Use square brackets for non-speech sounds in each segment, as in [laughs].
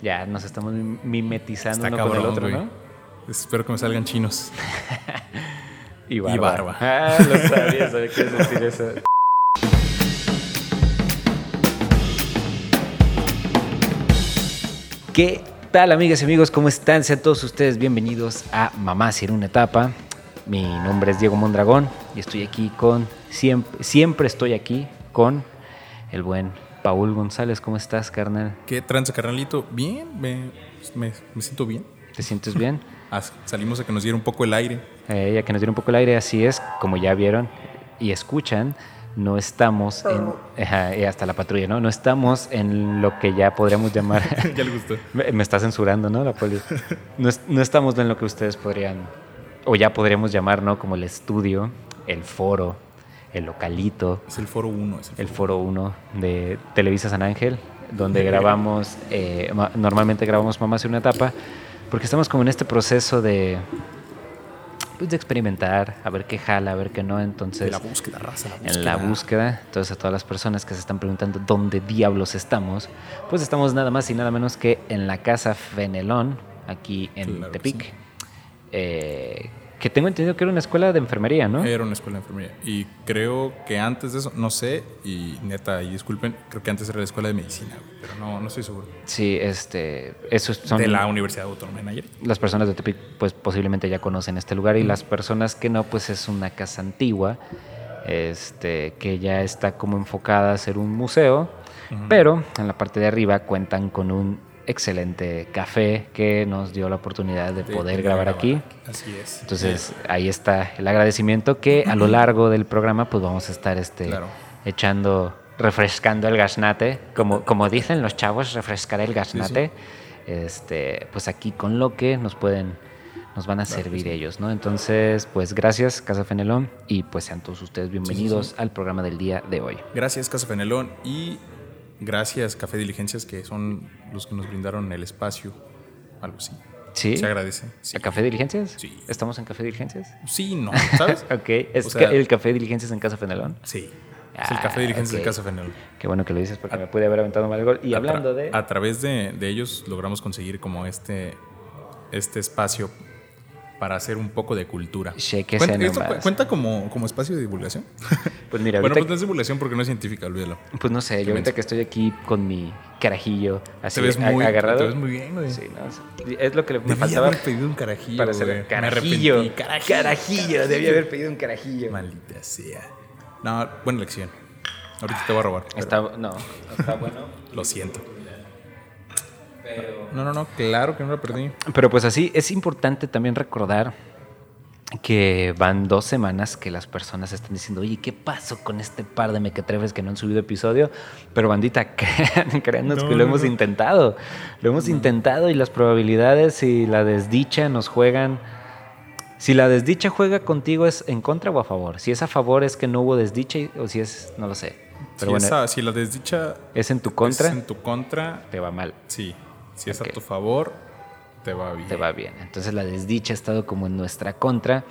Ya nos estamos mim- mimetizando Está uno cabrón, con el otro, güey. ¿no? Espero que me salgan chinos. Y barba. Ah, lo sabía, sabía que ibas a decir eso. ¿Qué tal, amigas y amigos? ¿Cómo están? Sean todos ustedes bienvenidos a Mamá Sin una Etapa. Mi nombre es Diego Mondragón y estoy aquí con. Siempre, siempre estoy aquí con el buen Paul González. ¿Cómo estás, carnal? ¿Qué tranza, carnalito? Bien, me, me- me siento bien. ¿Te sientes bien? Ah, salimos a que nos diera un poco el aire. [laughs] Eh, ya que nos dieron un poco el aire, así es, como ya vieron y escuchan, no estamos en. Ajá, y hasta la patrulla, ¿no? No estamos en lo que ya podríamos llamar. ya le gustó. me, me está censurando, ¿no? La poli. No, es- no estamos en lo que ustedes podrían. O ya podríamos llamar, ¿no? Como el estudio, el foro, el localito, Es el foro 1. Es el el foro 1 de Televisa San Ángel, donde grabamos, eh, ma- normalmente grabamos Mamás en una etapa, porque estamos como en este proceso de, pues, de experimentar, a ver qué jala, a ver qué no, de entonces la búsqueda, raza. La búsqueda. en la búsqueda, entonces a todas las personas que se están preguntando dónde diablos estamos, pues estamos nada más y nada menos que en la casa Fenelón, aquí en Claro que Tepic, sí. Eh, que tengo entendido que era una escuela de enfermería, ¿no? Era una escuela de enfermería. Y creo que antes de eso, no sé, y neta, y disculpen, creo que antes era la escuela de medicina, güey, pero no, no estoy seguro. sí, este, esos son... De la Universidad Autónoma de Nayarit. las personas de Tepic pues posiblemente ya conocen este lugar y las personas que no pues es una casa antigua este que ya está como enfocada a ser un museo pero en la parte de arriba cuentan con un excelente café que nos dio la oportunidad de De poder grabar aquí Así es. entonces ahí está el agradecimiento que a lo largo del programa pues vamos a estar este Claro. echando refrescando el gasnate como como dicen los chavos refrescar el gasnate este pues aquí con lo que nos pueden nos van a servir ellos no entonces pues gracias Casa Fenelón y pues sean todos ustedes bienvenidos al programa del día de hoy Gracias Casa Fenelón y gracias Café Diligencias que son los que nos brindaron el espacio, algo así. sí Se agradece. Sí, ¿A Café Diligencias? Sí. ¿Estamos en Café Diligencias? Sí, no, ¿sabes? [laughs] Ok, ¿es O sea- ca- el Café Diligencias en Casa Fenelón? sí. Es el Ah, Café Diligencias ok. de Casa Fenelón. Qué bueno que lo dices Ah. porque me pude haber aventado mal gol. Y A tra- hablando de... A través de, de ellos logramos conseguir como este, este espacio para hacer un poco de cultura. Cheque ¿Cuenta, ese esto cu- nomás. ¿Cuenta como, como espacio de divulgación? Pues mira, bueno, ahorita, pues no es divulgación porque no es científica, olvídalo. pues, no sé, yo ahorita que estoy aquí con mi carajillo así Te ves, a- muy, agarrado. te ves muy bien, güey. Sí, no, es- es lo que le- me Debí faltaba haber pedido un carajillo. para hacer güey. carajillo, Me arrepentí, carajillo. debí haber pedido un carajillo. Maldita sea. No, buena lección. Ahorita te voy a robar. pero Está, no, está bueno. Lo siento. No, no, no, claro que no la perdí. Pero pues así, es importante también recordar que van dos semanas que las personas están diciendo, oye, ¿qué pasó con este par de mequetrefes que no han subido episodio? Pero bandita, [laughs] crean- créanos No, que lo no, hemos no. intentado. Lo hemos intentado y las probabilidades y la desdicha nos juegan. Si la desdicha juega contigo, ¿es en contra o a favor? Si es a favor, es que no hubo desdicha y- o si es, no lo sé. Si, Pero bueno, esa- si la desdicha es en tu contra, es en tu contra, te va mal. sí. Si es Ok. a tu favor, te va bien. te va bien. Entonces la desdicha ha estado como en nuestra contra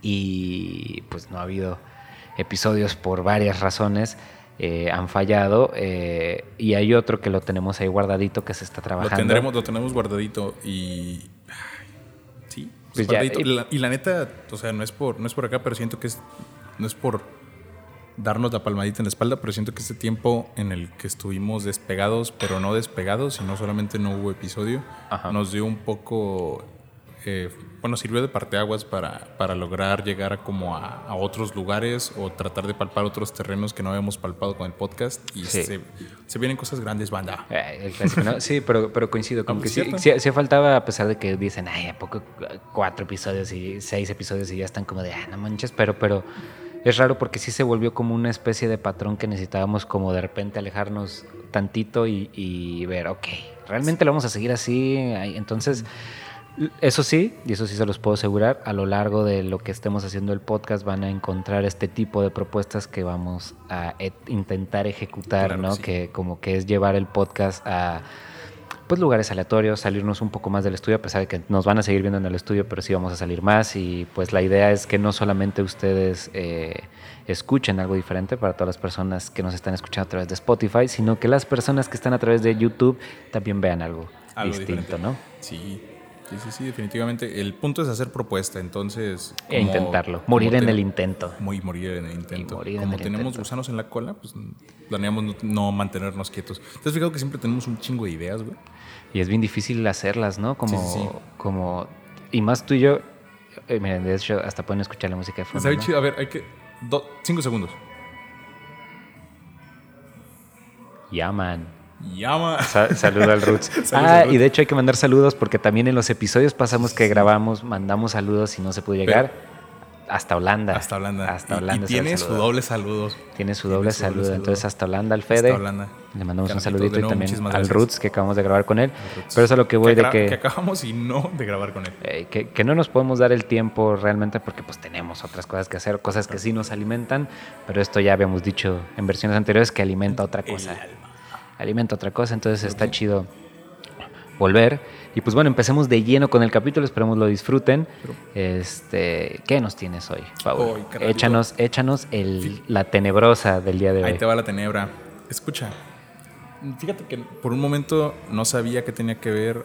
y pues no ha habido episodios por varias razones. eh, han fallado eh, y hay otro que lo tenemos ahí guardadito que se está Lo trabajando. tendremos, lo tenemos guardadito y. ay, Sí, Pues pues ya, guardadito. y- La- y la neta, o sea, no es por, no es por acá, pero siento que es. No es por darnos la palmadita en la espalda, pero siento que este tiempo en el que estuvimos despegados, pero no despegados, sino solamente no hubo episodio, Ajá. nos dio un poco. eh, bueno, sirvió de parteaguas para, para lograr llegar a como a, a otros lugares o tratar de palpar otros terrenos que no habíamos palpado con el podcast. Y Sí. se, se vienen cosas grandes, banda. Eh, el clásico, ¿no? Sí, pero, pero coincido, como Ah, que pues, sí, cierto. sí- sí faltaba, a pesar de que dicen, ay, ¿a poco cu- cuatro episodios y seis episodios y ya están como de, ah, no manches, pero, pero es raro porque sí se volvió como una especie de patrón que necesitábamos como de repente alejarnos tantito y, y ver, ok, realmente lo vamos a seguir así, Ay, entonces... Eso sí, y eso sí se los puedo asegurar, a lo largo de lo que estemos haciendo el podcast van a encontrar este tipo de propuestas que vamos a e- intentar ejecutar, Claro que ¿no? sí. Que como que es llevar el podcast a pues lugares aleatorios, salirnos un poco más del estudio, a pesar de que nos van a seguir viendo en el estudio, pero sí vamos a salir más y pues la idea es que no solamente ustedes eh, escuchen algo diferente para todas las personas que nos están escuchando a través de Spotify, sino que las personas que están a través de YouTube también vean algo, Algo distinto, diferente. ¿no? Sí, sí, sí, sí, definitivamente. El punto es hacer propuesta, entonces. E como- intentarlo, como morir en te- el intento. Muy morir en el intento. morir en como el tenemos intento. gusanos en la cola, pues planeamos no, no mantenernos quietos. ¿Te has fijado que siempre tenemos un chingo de ideas, güey? Y es bien difícil hacerlas, ¿no? Como, Sí, sí, sí. como, y más tú y yo, eh, miren, de hecho hasta pueden escuchar la música de fondo. Está bien ¿no? chido. A ver, hay que. do- cinco segundos. Ya, man. Llama. Sa- saludo al Roots. [laughs] Saludos ah, al Roots. y de hecho hay que mandar saludos porque también en los episodios pasamos que grabamos, mandamos saludos y no se pudo llegar. hasta Holanda. Hasta Holanda. Hasta Y- Holanda. Y se va el tiene su saludo. doble saludos. Tiene su doble su doble saludo. saludo. Entonces hasta Holanda al Fede. Hasta Holanda. Le mandamos un Carajitos, saludito de y nuevo, también muchísimas al gracias. Roots que acabamos de grabar con él. Pero eso es a lo que voy de acra- que... que acabamos y no de grabar con él. eh, que, que no nos podemos dar el tiempo realmente porque pues tenemos otras cosas que hacer, cosas que sí nos alimentan, pero esto ya habíamos dicho en versiones anteriores que alimenta otra cosa. Alimenta otra cosa, entonces está chido volver. Y pues bueno, empecemos de lleno con el capítulo, esperemos lo disfruten. Este, ¿qué nos tienes hoy, Paul? Hoy, carnalito. échanos, échanos el, la tenebrosa del día de Ahí hoy. te va la tenebra. Escucha. Fíjate que por un momento no sabía que tenía que ver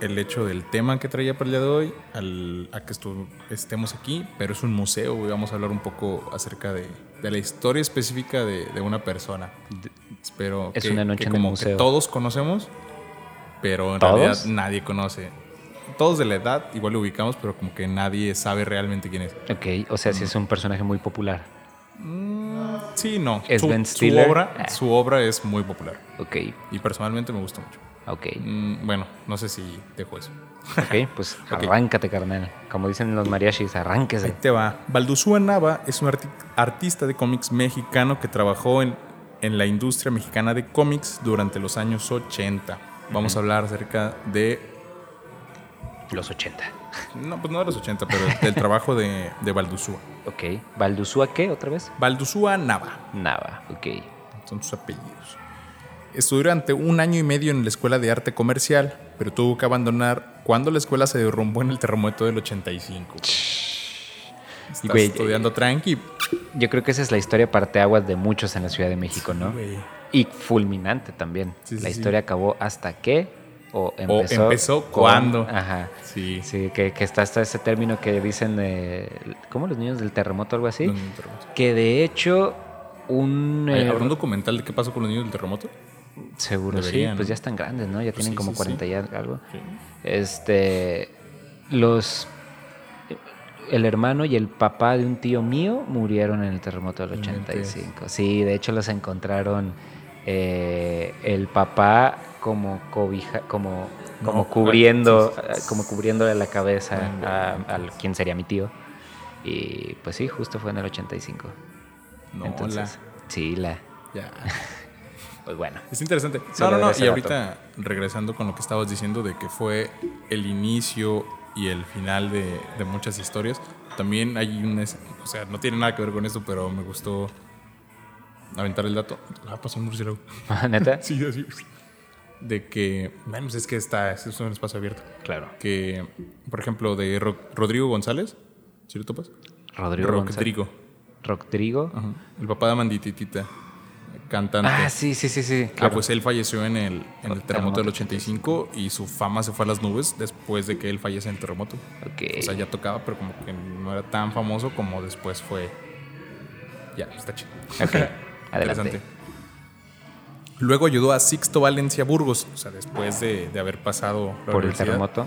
el hecho del tema que traía para el día de hoy al, a que estu- estemos aquí, pero es un museo. güey. Vamos a hablar un poco acerca de, de la historia específica de, de una persona. Espero Es que, una noche que en el como que museo. todos conocemos, pero en ¿Todos? realidad nadie conoce. Todos de la edad igual lo ubicamos, pero como que nadie sabe realmente quién es. Ok, o sea, si es un personaje muy popular. Mm, Sí, no. ¿Es su, Ben su Stiller? obra, Ah. su obra es muy popular. Ok, Y personalmente me gusta mucho. ok. Mm, bueno, no sé si dejo eso. Ok, [laughs] pues arráncate, carnal. Como dicen los mariachis, Ahí arránquese. te va. Valduzúa Nava es un arti- artista de cómics mexicano que trabajó en, en la industria mexicana de cómics durante los años 80. Vamos a hablar acerca de. Los 80. No, pues no de los 80, pero del trabajo de, de Valduzúa. Ok. ¿Valduzúa qué otra vez? Valduzúa Nava. Nava. Ok. son sus apellidos. Estudió durante un año y medio en la Escuela de Arte Comercial, pero tuvo que abandonar cuando la escuela se derrumbó en el terremoto del 85. Estás Güey, eh, estudiando tranqui. Yo creo que esa es la historia parteaguas de muchos en la Ciudad de México, ¿no? güey. Y fulminante también. Sí, sí, la sí. historia acabó hasta qué o empezó. empezó con- cuándo. Ajá. Sí. Sí, que, que está hasta ese término que dicen, eh, ¿cómo los niños del terremoto algo así? Los niños del terremoto. Que de hecho un... Ay, eh, ¿Habrá un documental de qué pasó con los niños del terremoto? Seguro sí, Debería, ¿no? pues ya están grandes, ¿no? Ya Pues tienen sí, como sí, 40 sí. y algo. Sí. Este los el hermano y el papá de un tío mío murieron en el terremoto del No inventes. 85. Sí, de hecho los encontraron eh, el papá como cobija, como como No, cubriendo, eh, ah, sí, Ah, sí. como cubriéndole la cabeza No a, al- quien sería mi tío. Y pues sí, justo fue en el 85. No, Entonces, sí, la hola. Ya. pues [laughs] bueno. Es interesante. Se No, no, lo no. debe Y ese ahorita, regresando con lo que estabas diciendo de que fue el inicio y el final de, de muchas historias, también hay un... es- O sea, no tiene nada que ver con esto, pero me gustó aventar el dato. Ah, pasó [laughs] un murciélago. ¿Neta? Sí, así. De que... Bueno, pues es que está... Es un espacio abierto. Claro. Que, por ejemplo, de Ro- Rodrigo González. ¿Sí lo topas? Rodrigo González. Rodrigo. Rodrigo. Ajá. El papá de Amandititita. Cantante. Ah, sí, sí, sí, sí. Ah, pues él falleció en el, en el terremoto del 85 y su fama se fue a las nubes después de que él fallece en el terremoto. Ok. O sea, ya tocaba, pero como que no era tan famoso como después fue. Ya, está chido. [laughs] Ok, adelante. Interesante. Luego ayudó a Sixto Valencia Burgos, o sea, después de, de haber pasado la Por el universidad. terremoto.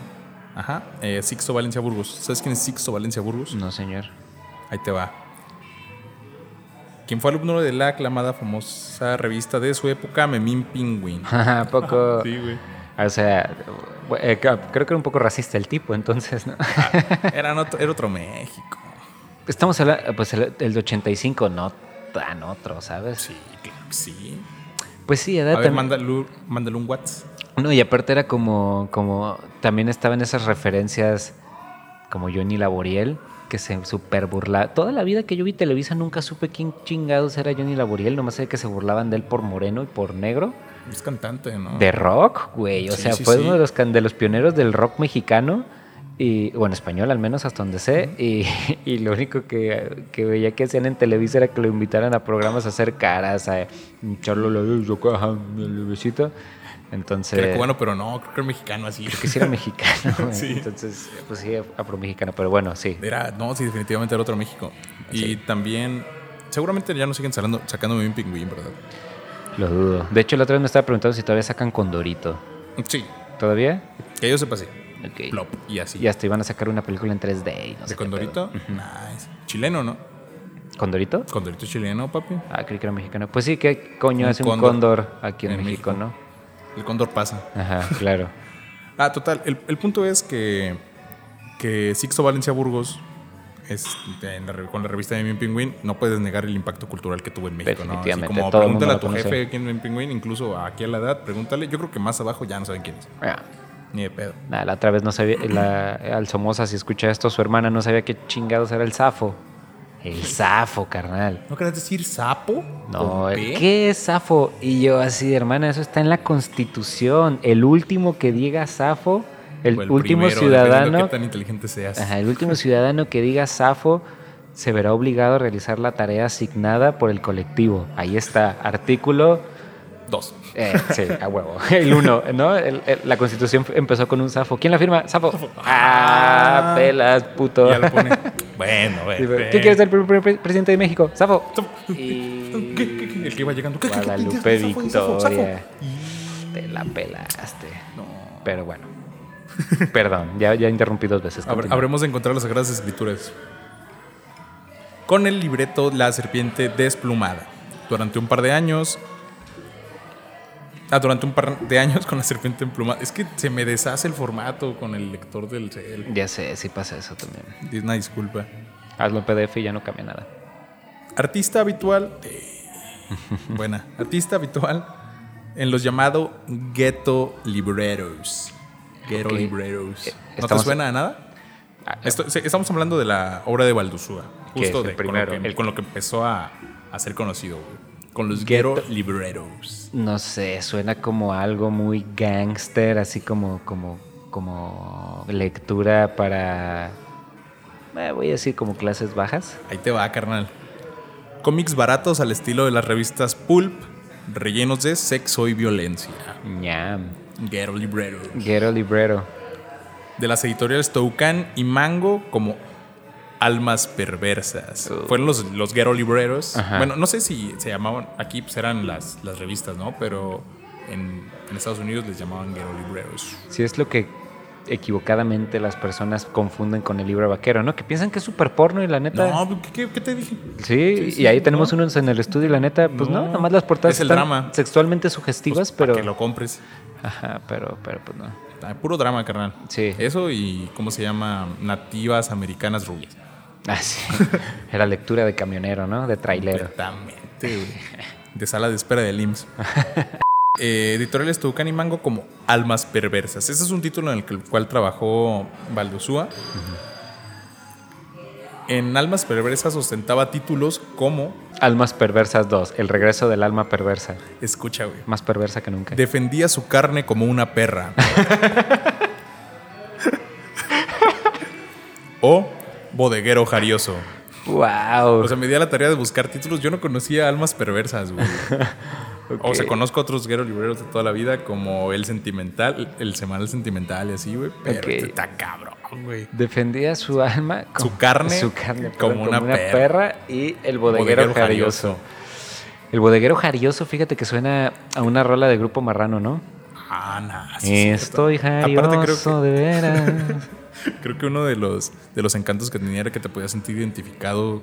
Ajá, eh, Sixto Valencia Burgos. ¿Sabes quién es Sixto Valencia Burgos? No, señor. [laughs] Ahí te va. Quien fue alumno de la aclamada famosa revista de su época, Memín Penguin. ¿A poco. [laughs] Sí, güey. O sea, bu- eh, creo que era un poco racista el tipo, entonces, ¿no? Ah. Era, not- era otro México. [laughs] Estamos hablando, pues el, el de 85, no tan otro, ¿sabes? Sí, claro que sí. Pues sí, edad A ver, también. mándale, un- mándale un WhatsApp. No, y aparte era como, como, también estaban esas referencias como Johnny Laboriel, que se super burla. Toda la vida que yo vi Televisa nunca supe quién chingados era Johnny Laboriel, nomás sé que se burlaban de él por moreno y por negro. Es cantante, ¿no? de rock, güey. O Sí, sea, sí, fue sí. uno de los, can- de los pioneros del rock mexicano. Y, bueno, español al menos hasta donde sé. y, [laughs] y lo único que, que veía que hacían en Televisa era que lo invitaran a programas a hacer caras, a echarlo la luz, yo caja, el besito. Entonces. Que era cubano, pero no, creo que era mexicano así. Creo que sí era [laughs] mexicano, güey. Sí. Entonces, pues sí, afro-mexicano. Pero bueno, sí. Era, no, sí, definitivamente era otro México. Y también, seguramente ya no siguen sacando, sacándome un pingüín, ¿verdad? Lo dudo. De hecho, la otra vez me estaba preguntando si todavía sacan Condorito. Sí, ¿Todavía? que yo sepa así. Ok. Plop, y así. Y hasta iban a sacar una película en 3D. Y no sé ¿De qué Condorito? Nice. Chileno, ¿no? pedo. ¿Condorito? Condorito chileno, papi. Ah, creí que era mexicano. Pues sí, ¿qué coño Un hace un cóndor. cóndor aquí en, En México, México. El cóndor pasa. no? [laughs] Ajá, claro. Ah, total. El, el punto es que, que Sixto Valencia Burgos es, en la re- con la revista de Mi Pingüín no puedes negar el impacto cultural que tuvo en México, ¿no? Así Definitivamente, como todo el mundo pregúntale a lo tu conoce. jefe quién es Mi Pingüín, incluso aquí a la edad, pregúntale. Yo creo que más abajo ya no saben quién es. Ah, Ni de pedo. nada, la otra vez no sabía, la, al Somoza, si escucha esto, su hermana no sabía qué chingados era el zafo. El zafo, carnal. ¿No querés decir sapo? No, ¿Con el- P? ¿qué es zafo? Y yo así, hermana, eso está en la constitución. El último que diga zafo, el, O último primero, dependiendo de ciudadano qué tan inteligente seas. Ajá, el último ciudadano que diga Safo se verá obligado a realizar la tarea asignada por el colectivo. Ahí está, artículo. Dos. eh, sí, a huevo. [laughs] El uno, ¿no? El- el- la constitución empezó con un Safo. ¿Quién la firma? Safo. Ah, pelas, puto. [laughs] Ya lo pone. bueno, Sí, bueno. pero, bueno. ¿Quién quiere ser el primer, primer presidente de México? Safo. ¿Qué, qué, qué? El que iba llegando. ¿Qué, qué, qué? Guadalupe Zafo, zafo, zafo. Victoria. Te la pelaste. Pero bueno. Perdón, ya, ya interrumpí dos veces. Habre- continúa. habremos de encontrar las Sagradas Escrituras. Con el libreto La Serpiente Desplumada. Durante un par de años. Ah, durante un par de años con la serpiente emplumada. Es que se me deshace el formato con el lector del cel. Ya sé, sí pasa eso también. Una disculpa. Hazlo en PDF y ya no cambia nada. Artista habitual. [laughs] eh, Buena. Artista habitual en los llamados ghetto libreros. Ghetto Ok. libreros. Eh, ¿No te estamos- suena a nada? Ah, Esto- se- estamos hablando de la obra de Baldusúa. Que es Justo el de, primero, Con lo, que, el- con lo que empezó a, a ser conocido, güey. Con los ghetto, Ghetto. libreros. No sé, suena como algo muy gangster, así como, como, como lectura para. eh, voy a decir como clases bajas. Ahí te va, carnal. Cómics baratos al estilo de las revistas Pulp, rellenos de sexo y violencia. Ñam. Ghetto libreros. Guero librero. de las editoriales Toucan y Mango como Almas Perversas. Fueron los, los Guero Libreros. Oh. Ajá. Bueno, no sé si se llamaban, aquí pues eran las, las revistas, ¿no? Pero en, en Estados Unidos les llamaban Guero Libreros. Si es lo que equivocadamente las personas confunden con el libro vaquero, ¿no? Que piensan que es super porno y la neta. No, pues, ¿qué- ¿qué, qué te dije? Sí, Sí, sí, y ahí ¿no? tenemos unos en el estudio y la neta, pues no, No, nomás las portadas es el están drama. sexualmente Pues, sugestivas, para pero. que lo compres. Ajá, pero, pero pues no. Ah, Puro drama, carnal. Sí. Eso y, ¿cómo se llama? Nativas americanas rubias. Ah, [laughs] sí. Era lectura de camionero, ¿no? De trailero. Completamente, güey. De sala de espera del IMSS. Eh, editoriales Tucán y Mango como Almas Perversas. Ese es un título en el que- el cual trabajó Valdosúa. En Almas Perversas ostentaba títulos como, Almas Perversas 2, el regreso del alma perversa. escucha, güey, Más perversa que nunca. defendía su carne como [laughs] una perra. o bodeguero jarioso. ¡Wow! O sea, me di a la tarea de buscar títulos. Yo no conocía Almas Perversas, güey. O sea, conozco otros guerreros libreros de toda la vida, como El Sentimental, El Semanal Sentimental y así, güey. Pero Ok. este está cabrón, güey. Defendía su [laughs] alma. Su como- carne Su carne. como perdón, una perra. perra. y el bodeguero, jarioso. El bodeguero jarioso, fíjate que suena a una rola de grupo marrano, ¿no? Ah, nah. sí, sí, Estoy está- Aparte, jarioso, creo de [laughs] veras. que, creo que uno de los, de los encantos que tenía era que te podías sentir identificado.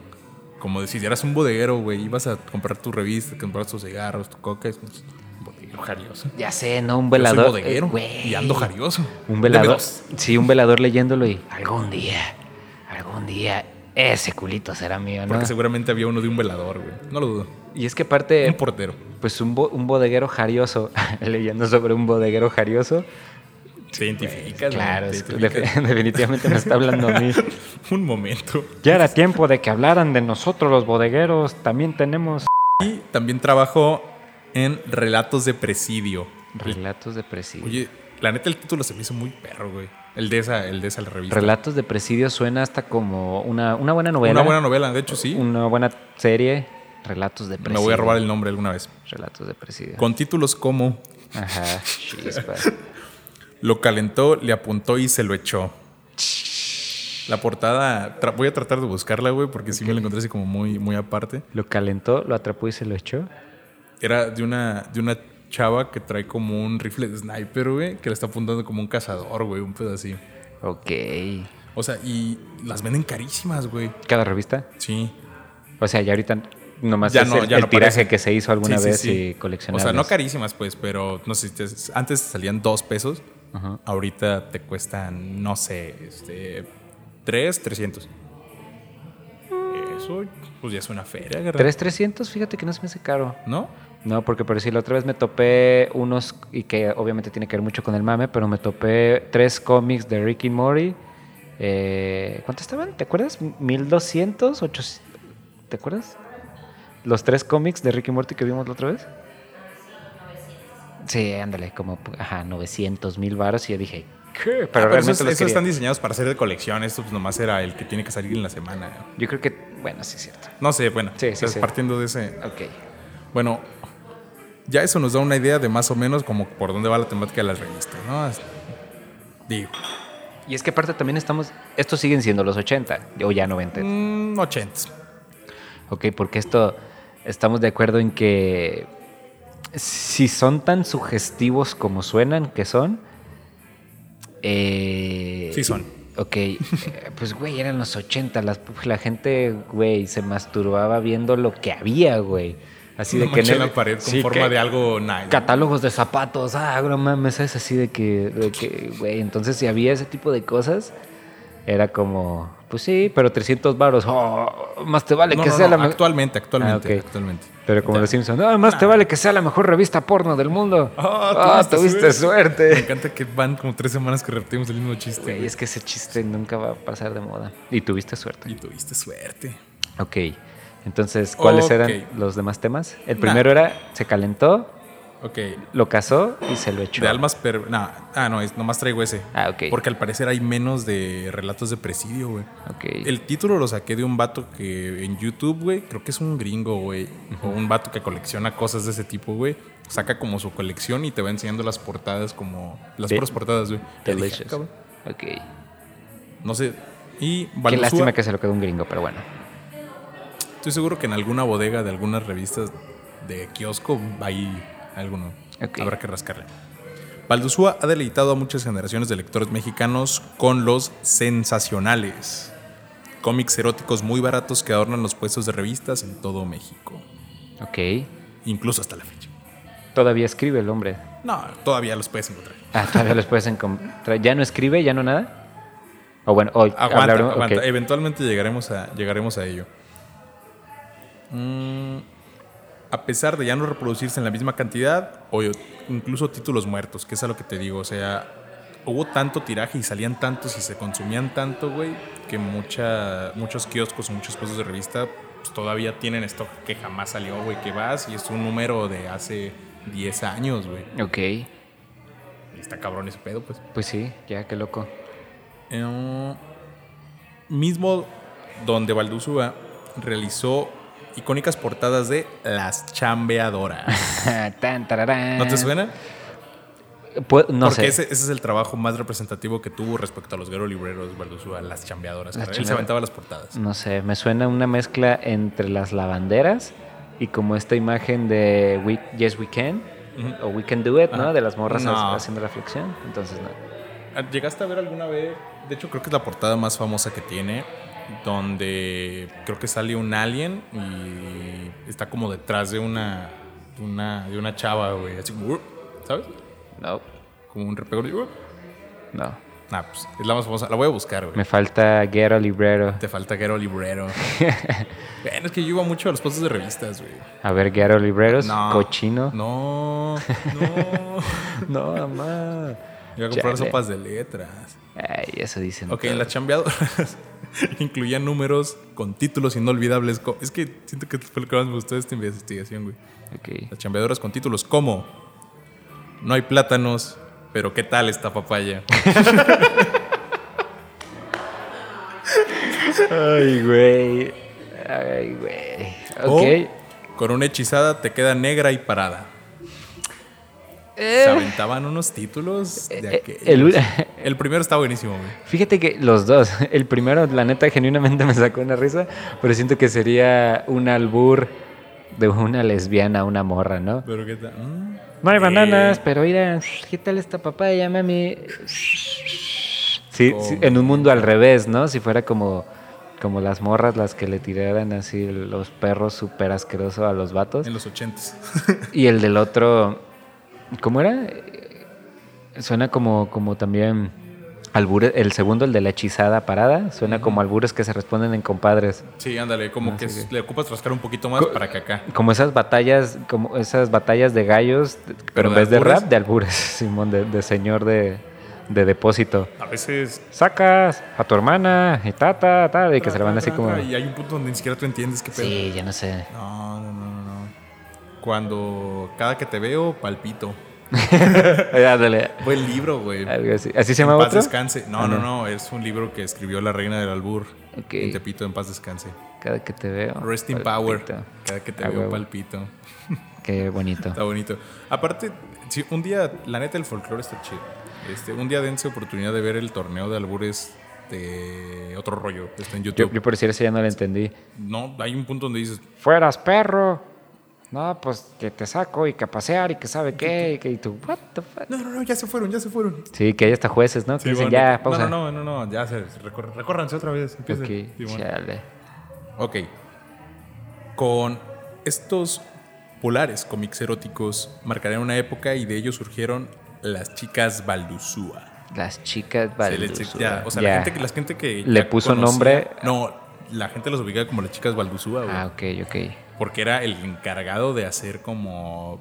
Como de si eras un bodeguero, güey. Ibas a comprar tu revista, comprar tus cigarros, tu coca. y- Bodeguero jarioso. ya sé, ¿no? Un Yo soy velador. bodeguero eh, güey. y ando jarioso. Un Deme velador. dos. Sí, un velador leyéndolo y algún día, algún día, ese culito será mío, Porque ¿no? seguramente había uno de un velador, güey. No lo dudo. Y es que aparte, Un portero. pues un, bo- un bodeguero jarioso, [laughs] leyendo sobre un bodeguero jarioso, Se identificas, güey, claro, te es- [laughs] identificas. defi- definitivamente me está hablando a mí. [laughs] Un momento. Ya era tiempo de que hablaran de nosotros los bodegueros, también tenemos... Y también trabajó en Relatos de Presidio. Relatos de presidio. Oye, la neta el título se me hizo muy perro, güey. El de esa, el de esa la revista. Relatos de presidio suena hasta como una, una buena novela. Una buena novela, de hecho sí. Una buena serie. Relatos de Me presidio. voy a robar el nombre alguna vez. Relatos de presidio. Con títulos como Ajá. chispas. Lo calentó, le apuntó y se lo echó. La portada, tra- voy a tratar de buscarla, güey, porque sí me la encontré así como muy, muy aparte. Lo calentó, lo atrapó y se lo echó. Era de una, de una chava que trae como un rifle de sniper, güey, que le está apuntando como un cazador, güey, un pedo así. Ok. O sea, y las venden carísimas, güey. Cada revista. Sí. O sea, ya ahorita nomás Ya es no- el, ya el no tiraje aparece. que se hizo alguna Sí, sí, vez sí. y O coleccionables. sea, no carísimas, pues, pero no sé, te- antes salían dos pesos. Ajá. Ahorita te cuestan, no sé, este, tres, trescientos. Eso, pues ya es una feria, ¿verdad? 3,300, fíjate que no se me hace caro. ¿No? Ah, No, porque por si la otra vez me topé unos, y que obviamente tiene que ver mucho con el mame, pero me topé tres cómics de Ricky Mori. Eh, ¿Cuánto estaban? ¿Te acuerdas? ¿1200? ¿800? ¿Te acuerdas? Los tres cómics de Ricky Morty que vimos la otra vez. Sí, ándale, como, ajá, 900 mil varos. Y yo dije, ¿qué? Pero Ah, Pero, realmente esos, los esos quería. están diseñados para ser de colección. Esto pues nomás era el que tiene que salir en la semana. Yo creo que, bueno, sí es cierto. No sé, bueno, Sí, sí, estás sí. partiendo de ese... Ok. Bueno, ya eso nos da una idea de más o menos como por dónde va la temática de las revistas, ¿no? Digo, Y es que aparte también estamos, estos siguen siendo los 80 o ya 90. mm, 80. Ok, porque esto estamos de acuerdo en que si son tan sugestivos como suenan que son. eh, Sí son. Ok, eh, pues güey, eran los 80, las- pues, la gente, güey, se masturbaba viendo lo que había, güey. Así de Una que en mancha en el- la pared con sí, forma que- de algo nice. catálogos de zapatos, ah, no mames, es así de que, de que, güey, entonces si había ese tipo de cosas, era como, pues sí, pero 300 varos, oh, más te vale No, que no, sea no, la mejor. actualmente, actualmente, ok. actualmente. Pero como los Simpsons, no, más te vale que sea la mejor revista porno del mundo. Ah, tuviste Me suerte. encanta que van como tres semanas que repetimos el mismo chiste. Güey, güey. es que ese chiste nunca va a pasar de moda. Y tuviste suerte. Y tuviste suerte. Ok, entonces, ¿cuáles eran Ok. los demás temas? El Nah. primero era, se calentó, Ok. lo cazó y se lo echó. De almas per... nah, ah, no, es, nomás traigo ese. Ah, ok. Porque al parecer hay menos de relatos de presidio, güey. Ok. El título lo saqué de un vato que en YouTube, güey, creo que es un gringo, güey. O un vato que colecciona cosas de ese tipo, güey. Saca como su colección y te va enseñando las portadas como... Las De- puras portadas, güey. Y dije, Delicious. "Ah, cabrón". Ok. No sé. Y Qué Valenzuela- lástima que se lo quedó un gringo, pero bueno. Estoy seguro que en alguna bodega de algunas revistas de kiosco hay alguno. Ok. Habrá que rascarle. Valduzúa ha deleitado a muchas generaciones de lectores mexicanos con los sensacionales. Cómics eróticos muy baratos que adornan los puestos de revistas en todo México. Ok. Incluso hasta la fecha. Todavía escribe el hombre. No, todavía los puedes encontrar. Ah, todavía los puedes encontrar. ¿Ya no escribe? ¿Ya no nada? O bueno, hoy Aguanta, hablaron- ok. aguanta. eh. Eventualmente llegaremos a, llegaremos a ello. Mm, a pesar de ya no reproducirse en la misma cantidad, o yo- incluso títulos muertos, que es a lo que te digo. O sea, hubo tanto tiraje y salían tantos y se consumían tanto, güey, que mucha, muchos kioscos o muchos puestos de revista pues, todavía tienen stock que jamás salió, güey, que vas y es un número de hace 10 años, güey. Ok. Y Está cabrón ese pedo, pues. Pues sí, ya, qué loco. Eh, mismo donde Valdúzua realizó icónicas portadas de Las Chambeadoras. [laughs] Tan, tararán. ¿No te suena? Pu- no Porque Eh, sé. Ese, ese es el trabajo más representativo que tuvo respecto a los guerreros libreros Valdúzua, Las Chambeadoras. Las Él se chambeadoras. aventaba las portadas. No sé, me suena una mezcla entre las lavanderas y como esta imagen de We- Yes We Can o We Can Do It, Ajá. ¿no? De las morras No. haciendo la flexión. Entonces, no. ¿Llegaste a ver alguna vez? De hecho, creo que es la portada más famosa que tiene, donde creo que sale un alien y está como detrás de una, de una, de una chava, güey. Así como, "Ur", ¿sabes? No, Como un repego. "Ur". no. Ah, pues es la más famosa. La voy a buscar, güey. Me falta Guerra Librero. Te falta Guerrero [laughs] Librero. bueno, es que yo iba mucho a los puestos de revistas, güey. A ver, Guerrero Libreros, No. cochino. No, no. [laughs] No, mamá. Iba a comprar Chale. sopas de letras. Ay, eso dicen. Ok, todos. en las chambeadoras. [laughs] Incluía números con títulos inolvidables. co- Es que siento que fue lo que más me gustó de esta investigación, güey. Ok. Las chambeadoras con títulos como No hay plátanos, pero ¿qué tal esta papaya? Ay, güey. Ay, güey. Oh. Ok. O, con una hechizada te queda negra y parada. Eh, Se aventaban unos títulos de Eh, eh, aquellos. el El, ul- primero está buenísimo, güey. Fíjate que los dos, [laughs] el primero, la neta, genuinamente me sacó una risa, pero siento que sería un albur de una lesbiana, una morra, ¿no? Pero ¿qué tal? Mm. No hay Eh, bananas, pero mira, ¿qué tal esta papaya, mami? Sí, sí, en un mundo al revés, ¿no? Si fuera como, como las morras las que le tiraran así los perros súper asquerosos a los vatos. En los ochentas. [laughs] Y el del otro, ¿cómo era? Eh, Suena como, como también albures, el segundo, el de la hechizada parada, suena como albures que se responden en compadres. Sí, ándale, como que Ah, sí, le ocupas rascar un poquito más para que acá. Como esas batallas, como esas batallas de gallos, pero, en de vez de albures? rap, de albures, [laughs] Simón, de, de señor de, de depósito. A veces. Sacas a tu hermana, y ta, ta, ta, de que se la van así Tra, como... tra, tra, Y hay un punto donde ni siquiera tú entiendes qué pedo. Sí, ya no sé. No, no, no, no, no. Cuando cada que te veo, palpito. Ándale, Buen libro, güey. algo así. ¿Así se En llama paz otro? descanse. No, no, no. Es un libro que escribió la reina del albur. Ok. En Tepito, en paz descanse. Cada que te veo. Rest in palpito. power. Cada que te Ah, veo, huevo. palpito. Qué bonito. Está bonito. Aparte, sí, un día, la neta, el folclore está chido. Este, un día dense oportunidad de ver el torneo de albures de otro rollo. Está en Yo, YouTube. yo por decir eso ya no lo entendí. No, hay un punto donde dices, Fueras perro. No, pues que te saco y que a pasear y que sabe qué. Y, que, y tú, what the fuck. no, no, no, ya se fueron, ya se fueron. Sí, que hay hasta jueces, ¿no? Que dicen, ya, pausa. No, no, no, no, no, ya se recor- recórranse otra vez. empiecen. Ok, Simón. chale. Ok. Con estos polares cómics eróticos marcarían una época y de ellos surgieron las chicas Baldusúa. Las chicas Se les- baldusúa. ya, o sea, Ya. La, gente, que- la gente que. ¿Le ya puso nombre? No, la gente los ubicaba como las chicas Baldusúa, güey, Ah, ok, ok. Porque era el encargado de hacer como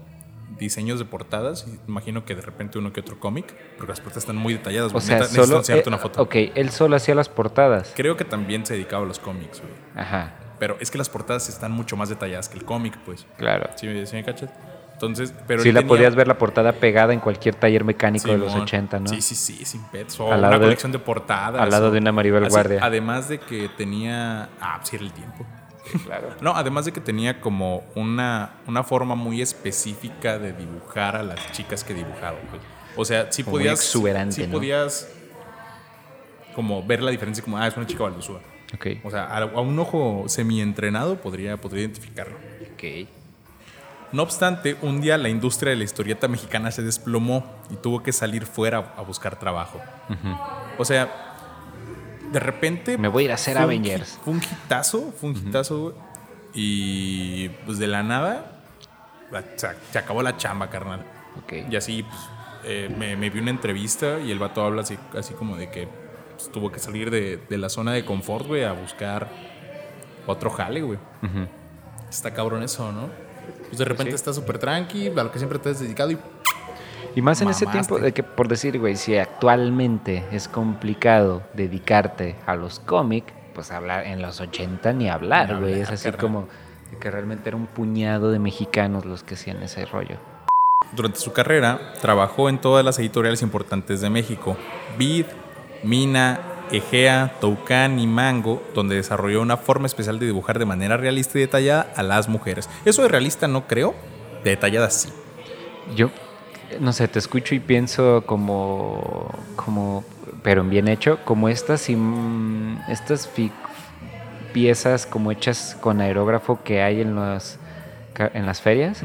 diseños de portadas. Imagino que de repente uno que otro cómic. Porque las portadas están muy detalladas. O güey, sea, neta, solo. necesitan sacarte eh, una foto. Ok, él solo hacía las portadas. Creo que también se dedicaba a los cómics, güey. Ajá, Pero es que las portadas están mucho más detalladas que el cómic, pues. claro. ¿Sí me, sí me cachas? Entonces, pero sí, él la tenía- podías ver la portada pegada en cualquier taller mecánico de los Simón. 80, ¿no? Sí, sí, sí, sin pets. O Al una lado de- colección de portadas. al lado o- de una Maribel así, ah, Guardia. Además de que tenía. Ah, sí, era el tiempo. claro. No, además de que tenía como una, una forma muy específica de dibujar a las chicas que dibujaba. pues. O sea, sí Como muy podías. exuberante, sí ¿no? podías como ver la diferencia, como, ah, es una chica baldusúa. Ok. O sea, a, a un ojo semi-entrenado podría, podría identificarlo. Ok. No obstante, un día la industria de la historieta mexicana se desplomó y tuvo que salir fuera a buscar trabajo. O sea, de repente. Me voy a ir a hacer fue un Avengers. hit- Fue un hitazo, fue un hitazo, güey. Y pues de la nada la- se, se acabó la chamba, carnal. Ok. Y así pues, eh, me, me vi una entrevista y el vato habla así, así como de que pues, tuvo que salir de, de la zona de confort, güey, a buscar otro jale, güey. Ujú. Está cabrón eso, ¿no? Pues de repente estás súper tranqui, a lo que siempre te has dedicado y Y más en ese Mamaste. tiempo de que, por decir, güey, si actualmente es complicado dedicarte a los cómics, pues hablar en los 80 ni Ni hablar, güey. hablar, Es así carnal. como de que realmente era un puñado de mexicanos los que hacían ese rollo. durante su carrera trabajó en todas las editoriales importantes de México, Vid, Mina, Egea, Toucan y Mango, donde desarrolló una forma especial de dibujar de manera realista y detallada a las mujeres. Eso de realista no creo, de detallada sí. Yo, no sé, te escucho y pienso como, como pero en bien hecho, como estas, im- estas fi- piezas como hechas con aerógrafo que hay en, los, ca- en las ferias.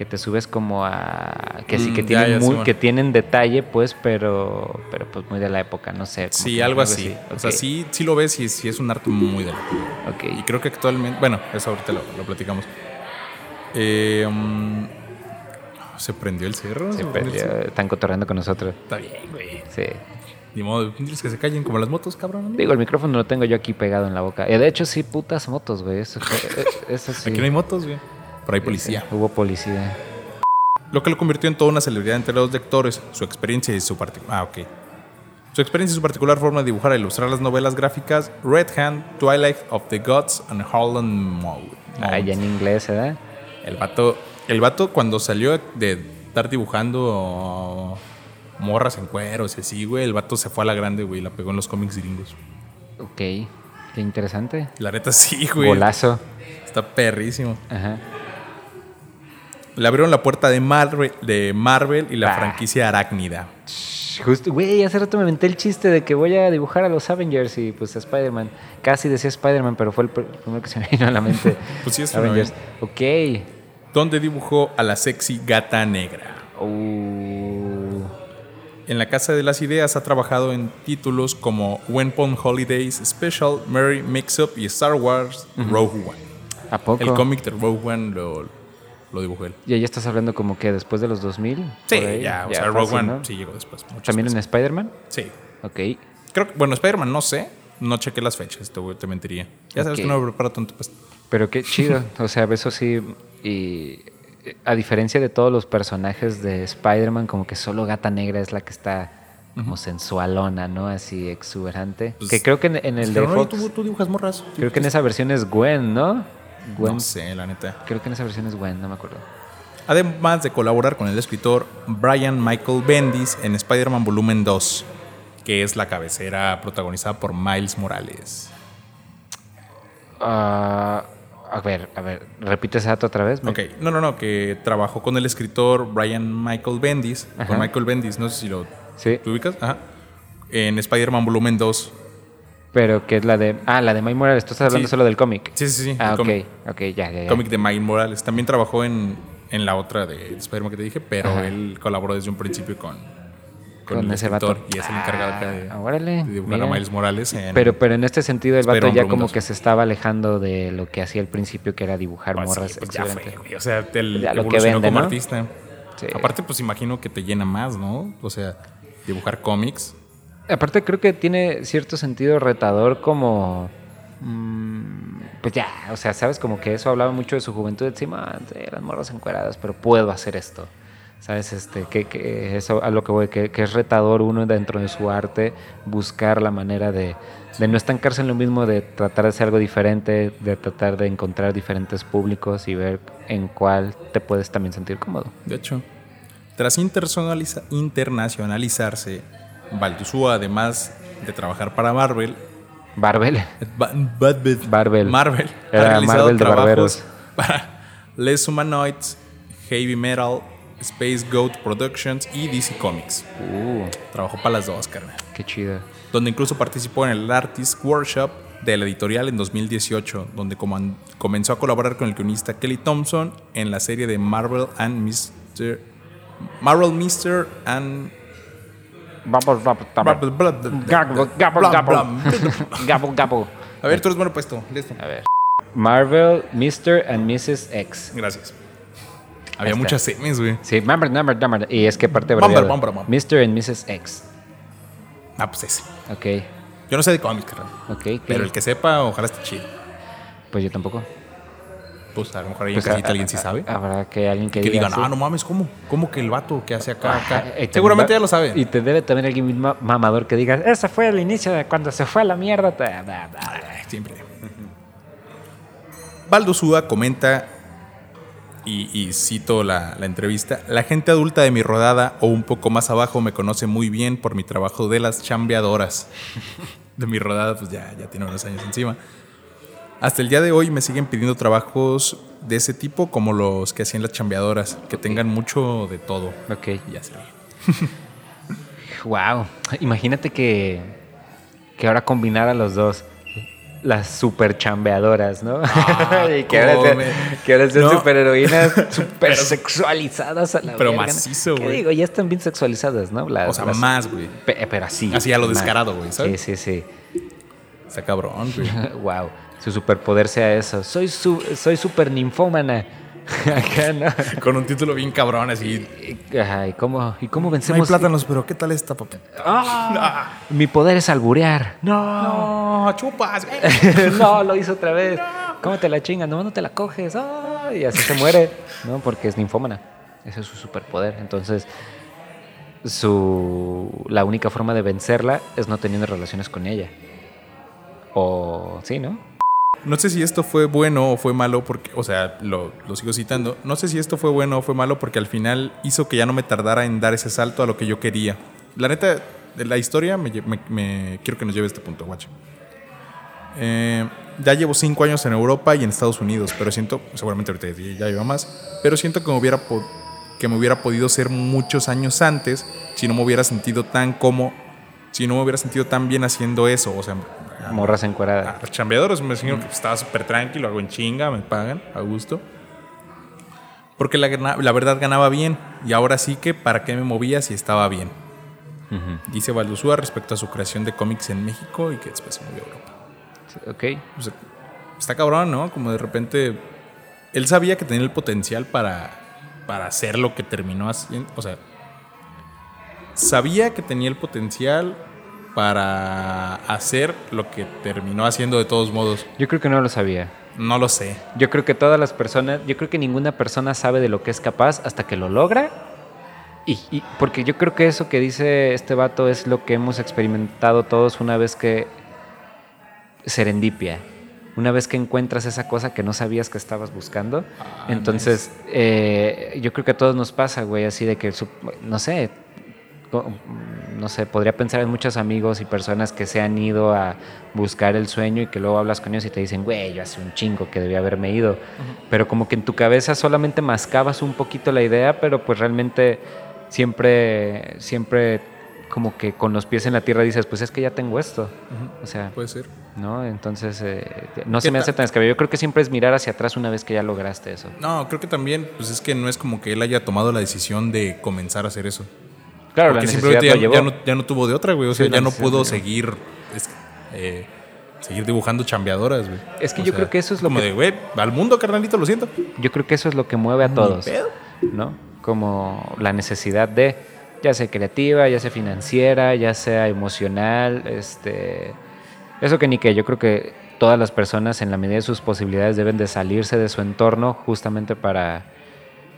que te subes como a que sí que Mm, ya, tienen ya, muy, Simón. que tienen detalle pues pero pero pues muy de la época no sé como Sí, que algo así. O sea, ok, sí, sí lo ves y sí es un arte muy de la época. ok. Y creo que actualmente, bueno, eso ahorita lo, lo platicamos. Eh, mm, ¿Se prendió el cerro? Sí, ¿Se pero prendió el ya cerro? están cotorreando con nosotros Está bien, güey. sí Ni modo, diles que se callen como las motos, cabrón. amigo. digo el micrófono lo tengo yo aquí pegado en la boca Eh, de hecho sí putas motos güey eso fue- eh, [laughs] eso sí Aquí no hay motos, güey. Pero hay policía. Eh, hubo policía Lo que lo convirtió en toda una celebridad entre los lectores, su experiencia y su particular. Ah, ok. Su experiencia y su particular forma de dibujar e ilustrar las novelas gráficas Red Hand, Twilight of the Gods and Holland Mode. Ah, ya en inglés, ¿verdad? El vato, el vato cuando salió de estar dibujando morras en cueros y así, güey, el vato se fue a la grande, güey, y la pegó en los cómics gringos. Ok, qué interesante. La neta [laughs] sí, güey. Golazo. Está perrísimo. Ajá. Le abrieron la puerta de Marvel, de Marvel y la Ah. franquicia Arácnida. Shh, Justo, güey, hace rato me inventé el chiste de que voy a dibujar a los Avengers y pues a Spider-Man. Casi decía Spider-Man, pero fue el pr- primero que se me [laughs] vino a la [laughs] mente. Pues sí, es una Avengers. Ok. Donde dibujó a la sexy gata negra. Uh, En la Casa de las Ideas ha trabajado en títulos como When Pon Holidays Special, Merry Mix-Up y Star Wars Rogue One. ¿A poco? El cómic de Rogue One lo, lo dibujó él. Y ahí estás hablando como que después de los 2000. Sí, por ahí. ya, o sea, fácil, Rogue One ¿no? sí llegó después. mucho También en Spider-Man. después. Sí. Ok. Creo que, bueno, Spider-Man no sé, no chequé las fechas, te, te mentiría. Ya sabes Ok. que no me preparo tanto. pues. Pero [laughs] qué chido. O sea, eso sí. Y eh, a diferencia de todos los personajes de Spider-Man, como que solo Gata Negra es la que está como sensualona, ¿no? Así exuberante. Pues, que creo que en, en el de Pero no, Fox. tú, tú dibujas morras. Creo que en esa versión es Gwen, ¿no? Gwen. No sé, la neta. Creo que en esa versión es Gwen, no me acuerdo. Además de colaborar con el escritor Brian Michael Bendis en Spider-Man Volumen 2, que es la cabecera protagonizada por Miles Morales. Ah, a ver, a ver, repite ese dato otra vez. Me- Ok, no, no, no, que trabajó con el escritor Brian Michael Bendis, Ajá. con Michael Bendis, no sé si lo Sí, ¿tú ubicas, Ajá. en Spider-Man Volumen 2. pero que es la de. Ah, la de Miles Morales. Tú estás hablando Sí. solo del cómic. Sí, sí, sí. Ah, el ok, cómic. ok, ya, ya, ya. cómic de Miles Morales. También trabajó en, en la otra de Spider-Man que te dije, pero Ajá. él colaboró desde un principio con, con, Con el ese escritor vato. y es el encargado acá de, Ah, órale, de dibujar mira. a Miles Morales. en- Pero, pero en este sentido el vato Spider-Man ya Volumen como dos. que se estaba alejando de lo que hacía al principio, que era dibujar Pues sí, morras pues ya fue, exuberantes. güey. O sea, él Ya lo que evolucionó vende, como ¿no? artista. Sí. Aparte, pues imagino que te llena más, ¿no? O sea, dibujar cómics. Aparte creo que tiene cierto sentido retador como... mm, Pues ya, o sea, sabes como que eso hablaba mucho de su juventud, encima las morras encueradas, pero puedo hacer esto. Sabes, este, que, que eso a lo que voy, que, que es retador uno dentro de su arte, buscar la manera de, de no estancarse en lo mismo, de tratar de hacer algo diferente, de tratar de encontrar diferentes públicos y ver en cuál te puedes también sentir cómodo. De hecho, tras internacionaliza- internacionalizarse, Valduzúa, además de trabajar para Marvel, Barbel. Ba- Bad- Marvel. Marvel. Era ha realizado Marvel de trabajos barberos. para Les Humanoids, Heavy Metal, Space Goat Productions y DC Comics. Uh, Trabajó para las dos, carnal. qué chido. Donde incluso participó en el Artist Workshop de la editorial en 2018, donde coman- comenzó a colaborar con el guionista Kelly Thompson en la serie de Marvel and Mr. Marvel Mr. and Vamos, vamos, vamos. bla, bla, bla, bla, Gabo, gabo, bla, gabo. [laughs] bla. Gabo, gabo. A ver, tú eres bueno puesto. Listo. Marvel, Mr. and Mrs. X. Gracias. Había está. muchas semis, güey. Sí, Mamber, Mamber, Mamber. Y es que parte Bumper, abreviado. bumper, bumper. Mr. and Mrs. X. Ah, pues ese. Ok, Yo no sé de cómics, carnal. ok. Pero ok. el que sepa, ojalá esté chido. Pues yo tampoco. Pues a lo mejor ahí Pues, en casita ah, alguien sí sabe. Habrá que alguien que, que diga. digan, así. ah, no mames, ¿cómo? ¿Cómo que el vato que hace acá, Ah, acá? y también Seguramente va- ya lo saben. Y te debe también alguien ma- mamador que diga, ese fue el inicio de cuando se fue a la mierda. Ta- bla, bla. Ay, Siempre. Baldo Suda comenta, y, y cito la, la entrevista, la gente adulta de mi rodada o un poco más abajo me conoce muy bien por mi trabajo de las chambeadoras. [laughs] De mi rodada, pues ya, ya tiene unos años encima. Hasta el día de hoy me siguen pidiendo trabajos de ese tipo como los que hacían las chambeadoras, que tengan mucho de todo. Ok. Y así. Wow, imagínate que, que ahora combinara los dos. Las super chambeadoras, ¿no? Ah, [laughs] y que ahora, sean, come. que ahora sean No. [laughs] superheroínas super sexualizadas a la pero verga, ¿no? macizo, ¿Qué güey. digo, ya están bien sexualizadas, ¿no? Las- O sea, las- más, güey. pe- pero así. Así a lo más. descarado, güey, ¿sabes? Sí, sí, [laughs] Está cabrón, güey. sí. wow, su superpoder sea eso. Soy, su- soy super ninfómana. [laughs] Acá, ¿no? Con un título bien cabrón, así. Ajá, ¿y cómo, y cómo No hay vencemos? plátanos, pero ¿qué tal esta, papi? [laughs] ¡Ah! Mi poder es alburear. No. No, chupas. güey. [laughs] no, lo hizo otra vez. ¿Cómo te la chingas? No, no te la coges. ¡Ah! Y así se muere, ¿no? Porque es ninfómana. Ese es su superpoder. Entonces, su la única forma de vencerla es no teniendo relaciones con ella. O sí, ¿no? No sé si esto fue bueno o fue malo, porque, o sea, lo, lo sigo citando. No sé si esto fue bueno o fue malo porque al final hizo que ya no me tardara en dar ese salto a lo que yo quería. La neta, de la historia, me, lle- me- me- quiero que nos lleve a este punto, guacho. Eh, ya llevo cinco años en Europa y en Estados Unidos, pero siento, seguramente ahorita ya ya lleva más, pero siento que me hubiera, po- que me hubiera podido ser muchos años antes si no me hubiera sentido tan como, si no me hubiera sentido tan bien haciendo eso. O sea, Morras encueradas. a Ah, chambeadores, me enseñó que estaba súper tranquilo, hago en chinga, me pagan a gusto. Porque la, gana- la verdad ganaba bien y ahora sí que para qué me movía si estaba bien. Ah. Dice Valduzúa respecto a su creación de cómics en México y que después se movió a Europa. Ok. O sea, está cabrón, ¿no? Como de repente él sabía que tenía el potencial para, para hacer lo que terminó haciendo. O sea, sabía que tenía el potencial para hacer lo que terminó haciendo de todos modos. Yo creo que no lo sabía. No lo sé. Yo creo que todas las personas, yo creo que ninguna persona sabe de lo que es capaz hasta que lo logra. Y, y- porque yo creo que eso que dice este vato es lo que hemos experimentado todos una vez que serendipia. Una vez que encuentras esa cosa que no sabías que estabas buscando, entonces eh, yo creo que a todos nos pasa, güey, así de que, su- no sé, co- mm, no sé, podría pensar en muchos amigos y personas que se han ido a buscar el sueño y que luego hablas con ellos y te dicen, güey, yo hace un chingo que debía haberme ido. Pero como que en tu cabeza solamente mascabas un poquito la idea, pero pues realmente siempre, siempre como que con los pies en la tierra dices, pues es que ya tengo esto. O sea, Puede ser. ¿no? Entonces, eh, no se me ta- hace tan descabellado. Yo creo que siempre es mirar hacia atrás una vez que ya lograste eso. No, creo que también, pues es que no es como que él haya tomado la decisión de comenzar a hacer eso. Claro, la Porque necesidad simplemente lo ya, llevó. ya no, ya no tuvo de otra, güey. O sea, Sí, la ya no necesidad pudo lo llevó. seguir, es- eh, seguir dibujando chambeadoras, güey. Es que O yo creo que eso es lo como que- de, güey, al mundo, carnalito, lo siento. Yo creo que eso es lo que mueve a todos, pedo. ¿no? Como la necesidad de, ya sea creativa, ya sea financiera, ya sea emocional, este... Eso que ni que yo creo que todas las personas en la medida de sus posibilidades deben de salirse de su entorno justamente para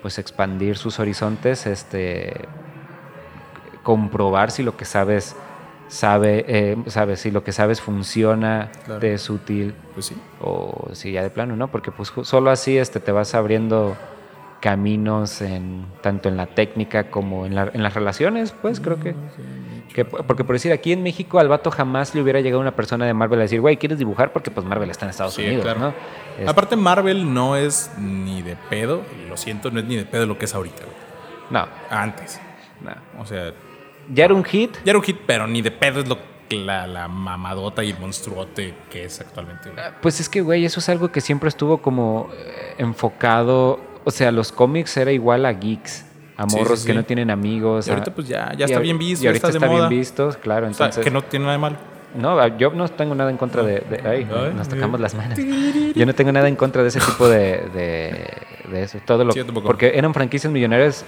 pues expandir sus horizontes, este comprobar si lo que sabes sabe, eh, sabes si lo que sabes funciona, Claro. te es útil Pues sí. o si ya de plano no, porque pues ju- solo así este, te vas abriendo caminos en tanto en la técnica como en, la- en las relaciones, pues creo que, que po- porque por decir aquí en México al vato jamás le hubiera llegado una persona de Marvel a decir, güey, ¿quieres dibujar? Porque pues Marvel está en Estados Sí, Unidos, claro. Ah. ¿no? Es- Aparte, Marvel no es ni de pedo, y lo siento, no es ni de pedo lo que es ahorita, güey. no, Antes. no. O sea, Ya era un hit, ya era un hit, pero ni de pedo es lo que la, la mamadota y el monstruote que es actualmente, güey. Pues es que, güey, eso es algo que siempre estuvo como eh, enfocado. O sea, los cómics era igual a geeks, a Sí, morros sí, que sí. no tienen amigos. Y a- ahorita, pues, ya- y ya está ahor- bien Y visto, ya ahorita está de está bien moda. visto, claro. O sea, Entonces, que no tiene nada de malo. no, ah, yo no tengo nada en contra de. de- ay, Ay, nos ay. tocamos las manos. Yo no tengo nada en contra de ese tipo de. de, de eso. Todo lo, Sí, yo tampoco. porque eran franquicias millonarias,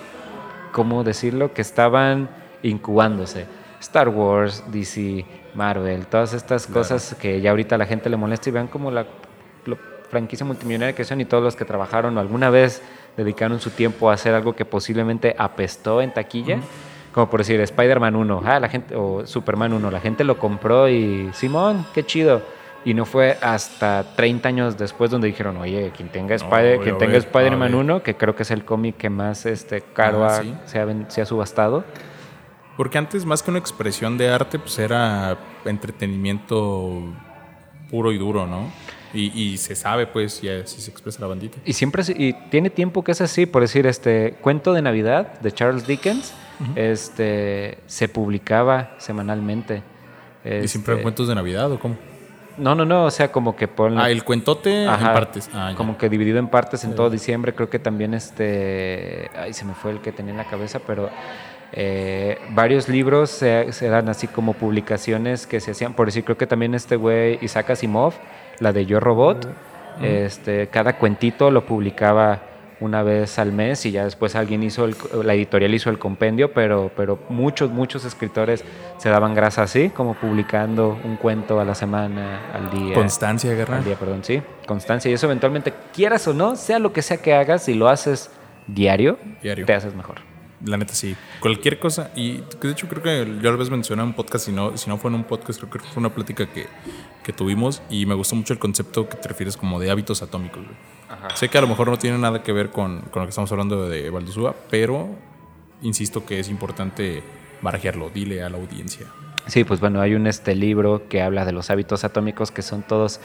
¿cómo decirlo? Que estaban incubándose. Star Wars, DC, Marvel, todas estas cosas que ya ahorita a la gente le molesta y vean como la, lo- franquicia multimillonaria que son y todos los que trabajaron o alguna vez dedicaron su tiempo a hacer algo que posiblemente apestó en taquilla. Como por decir Spider-Man 1, ah, la gente, o Superman 1, la gente lo compró y Simón, qué chido. Y no fue hasta 30 años después donde dijeron, oye, quien tenga, No, Spider- voy quien a tenga ver, Spider-Man a ver. 1, que creo que es el cómic que más este, caro Ah, ha- sí. se, ha, ven- se ha subastado. Porque antes, más que una expresión de arte, pues era entretenimiento puro y duro, ¿no? Y, y se sabe, pues, y así se expresa la bandita. Y siempre es- y tiene tiempo que es así, por decir, este cuento de Navidad de Charles Dickens, este se publicaba semanalmente. ¿Y siempre Este, eran cuentos de Navidad o cómo? No, no, no, o sea, como que ponle- Ah, el cuentote Ajá, en partes. Ah, ya. como que dividido en partes en todo diciembre, creo que también este ay, se me fue el que tenía en la cabeza, pero eh, varios libros se, se eran así como publicaciones que se hacían, por decir, creo que también este güey Isaac Asimov, la de Yo Robot, Mm. este cada cuentito lo publicaba una vez al mes y ya después alguien hizo el, la editorial hizo el compendio, pero pero muchos muchos escritores se daban grasa así, como publicando un cuento a la semana, al día. Constancia Guerra. Al día, perdón, sí. Constancia. Y eso eventualmente, quieras o no, sea lo que sea que hagas, si lo haces diario, Diario. te haces mejor. La neta sí. Cualquier cosa. Y de hecho creo que yo a vez mencioné en un podcast, si no, si no fue en un podcast, creo que fue una plática que, que tuvimos y me gustó mucho el concepto que te refieres como de hábitos atómicos. güey. Sé que a lo mejor no tiene nada que ver con, con lo que estamos hablando de Valdosúa, pero insisto que es importante barajearlo. Dile a la audiencia. Sí, pues bueno, hay un este libro que habla de los hábitos atómicos, que son todos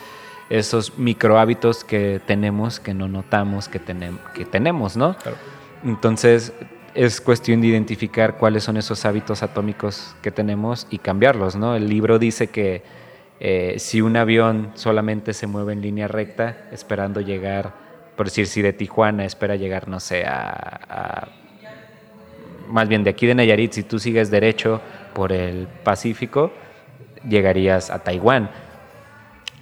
esos micro hábitos que tenemos, que no notamos, que, tenem- que tenemos, ¿no? Claro. Entonces es cuestión de identificar cuáles son esos hábitos atómicos que tenemos y cambiarlos, ¿no? El libro dice que eh, si un avión solamente se mueve en línea recta, esperando llegar, por decir, si de Tijuana espera llegar, no sé, a- a más bien de aquí de Nayarit, si tú sigues derecho por el Pacífico, llegarías a Taiwán.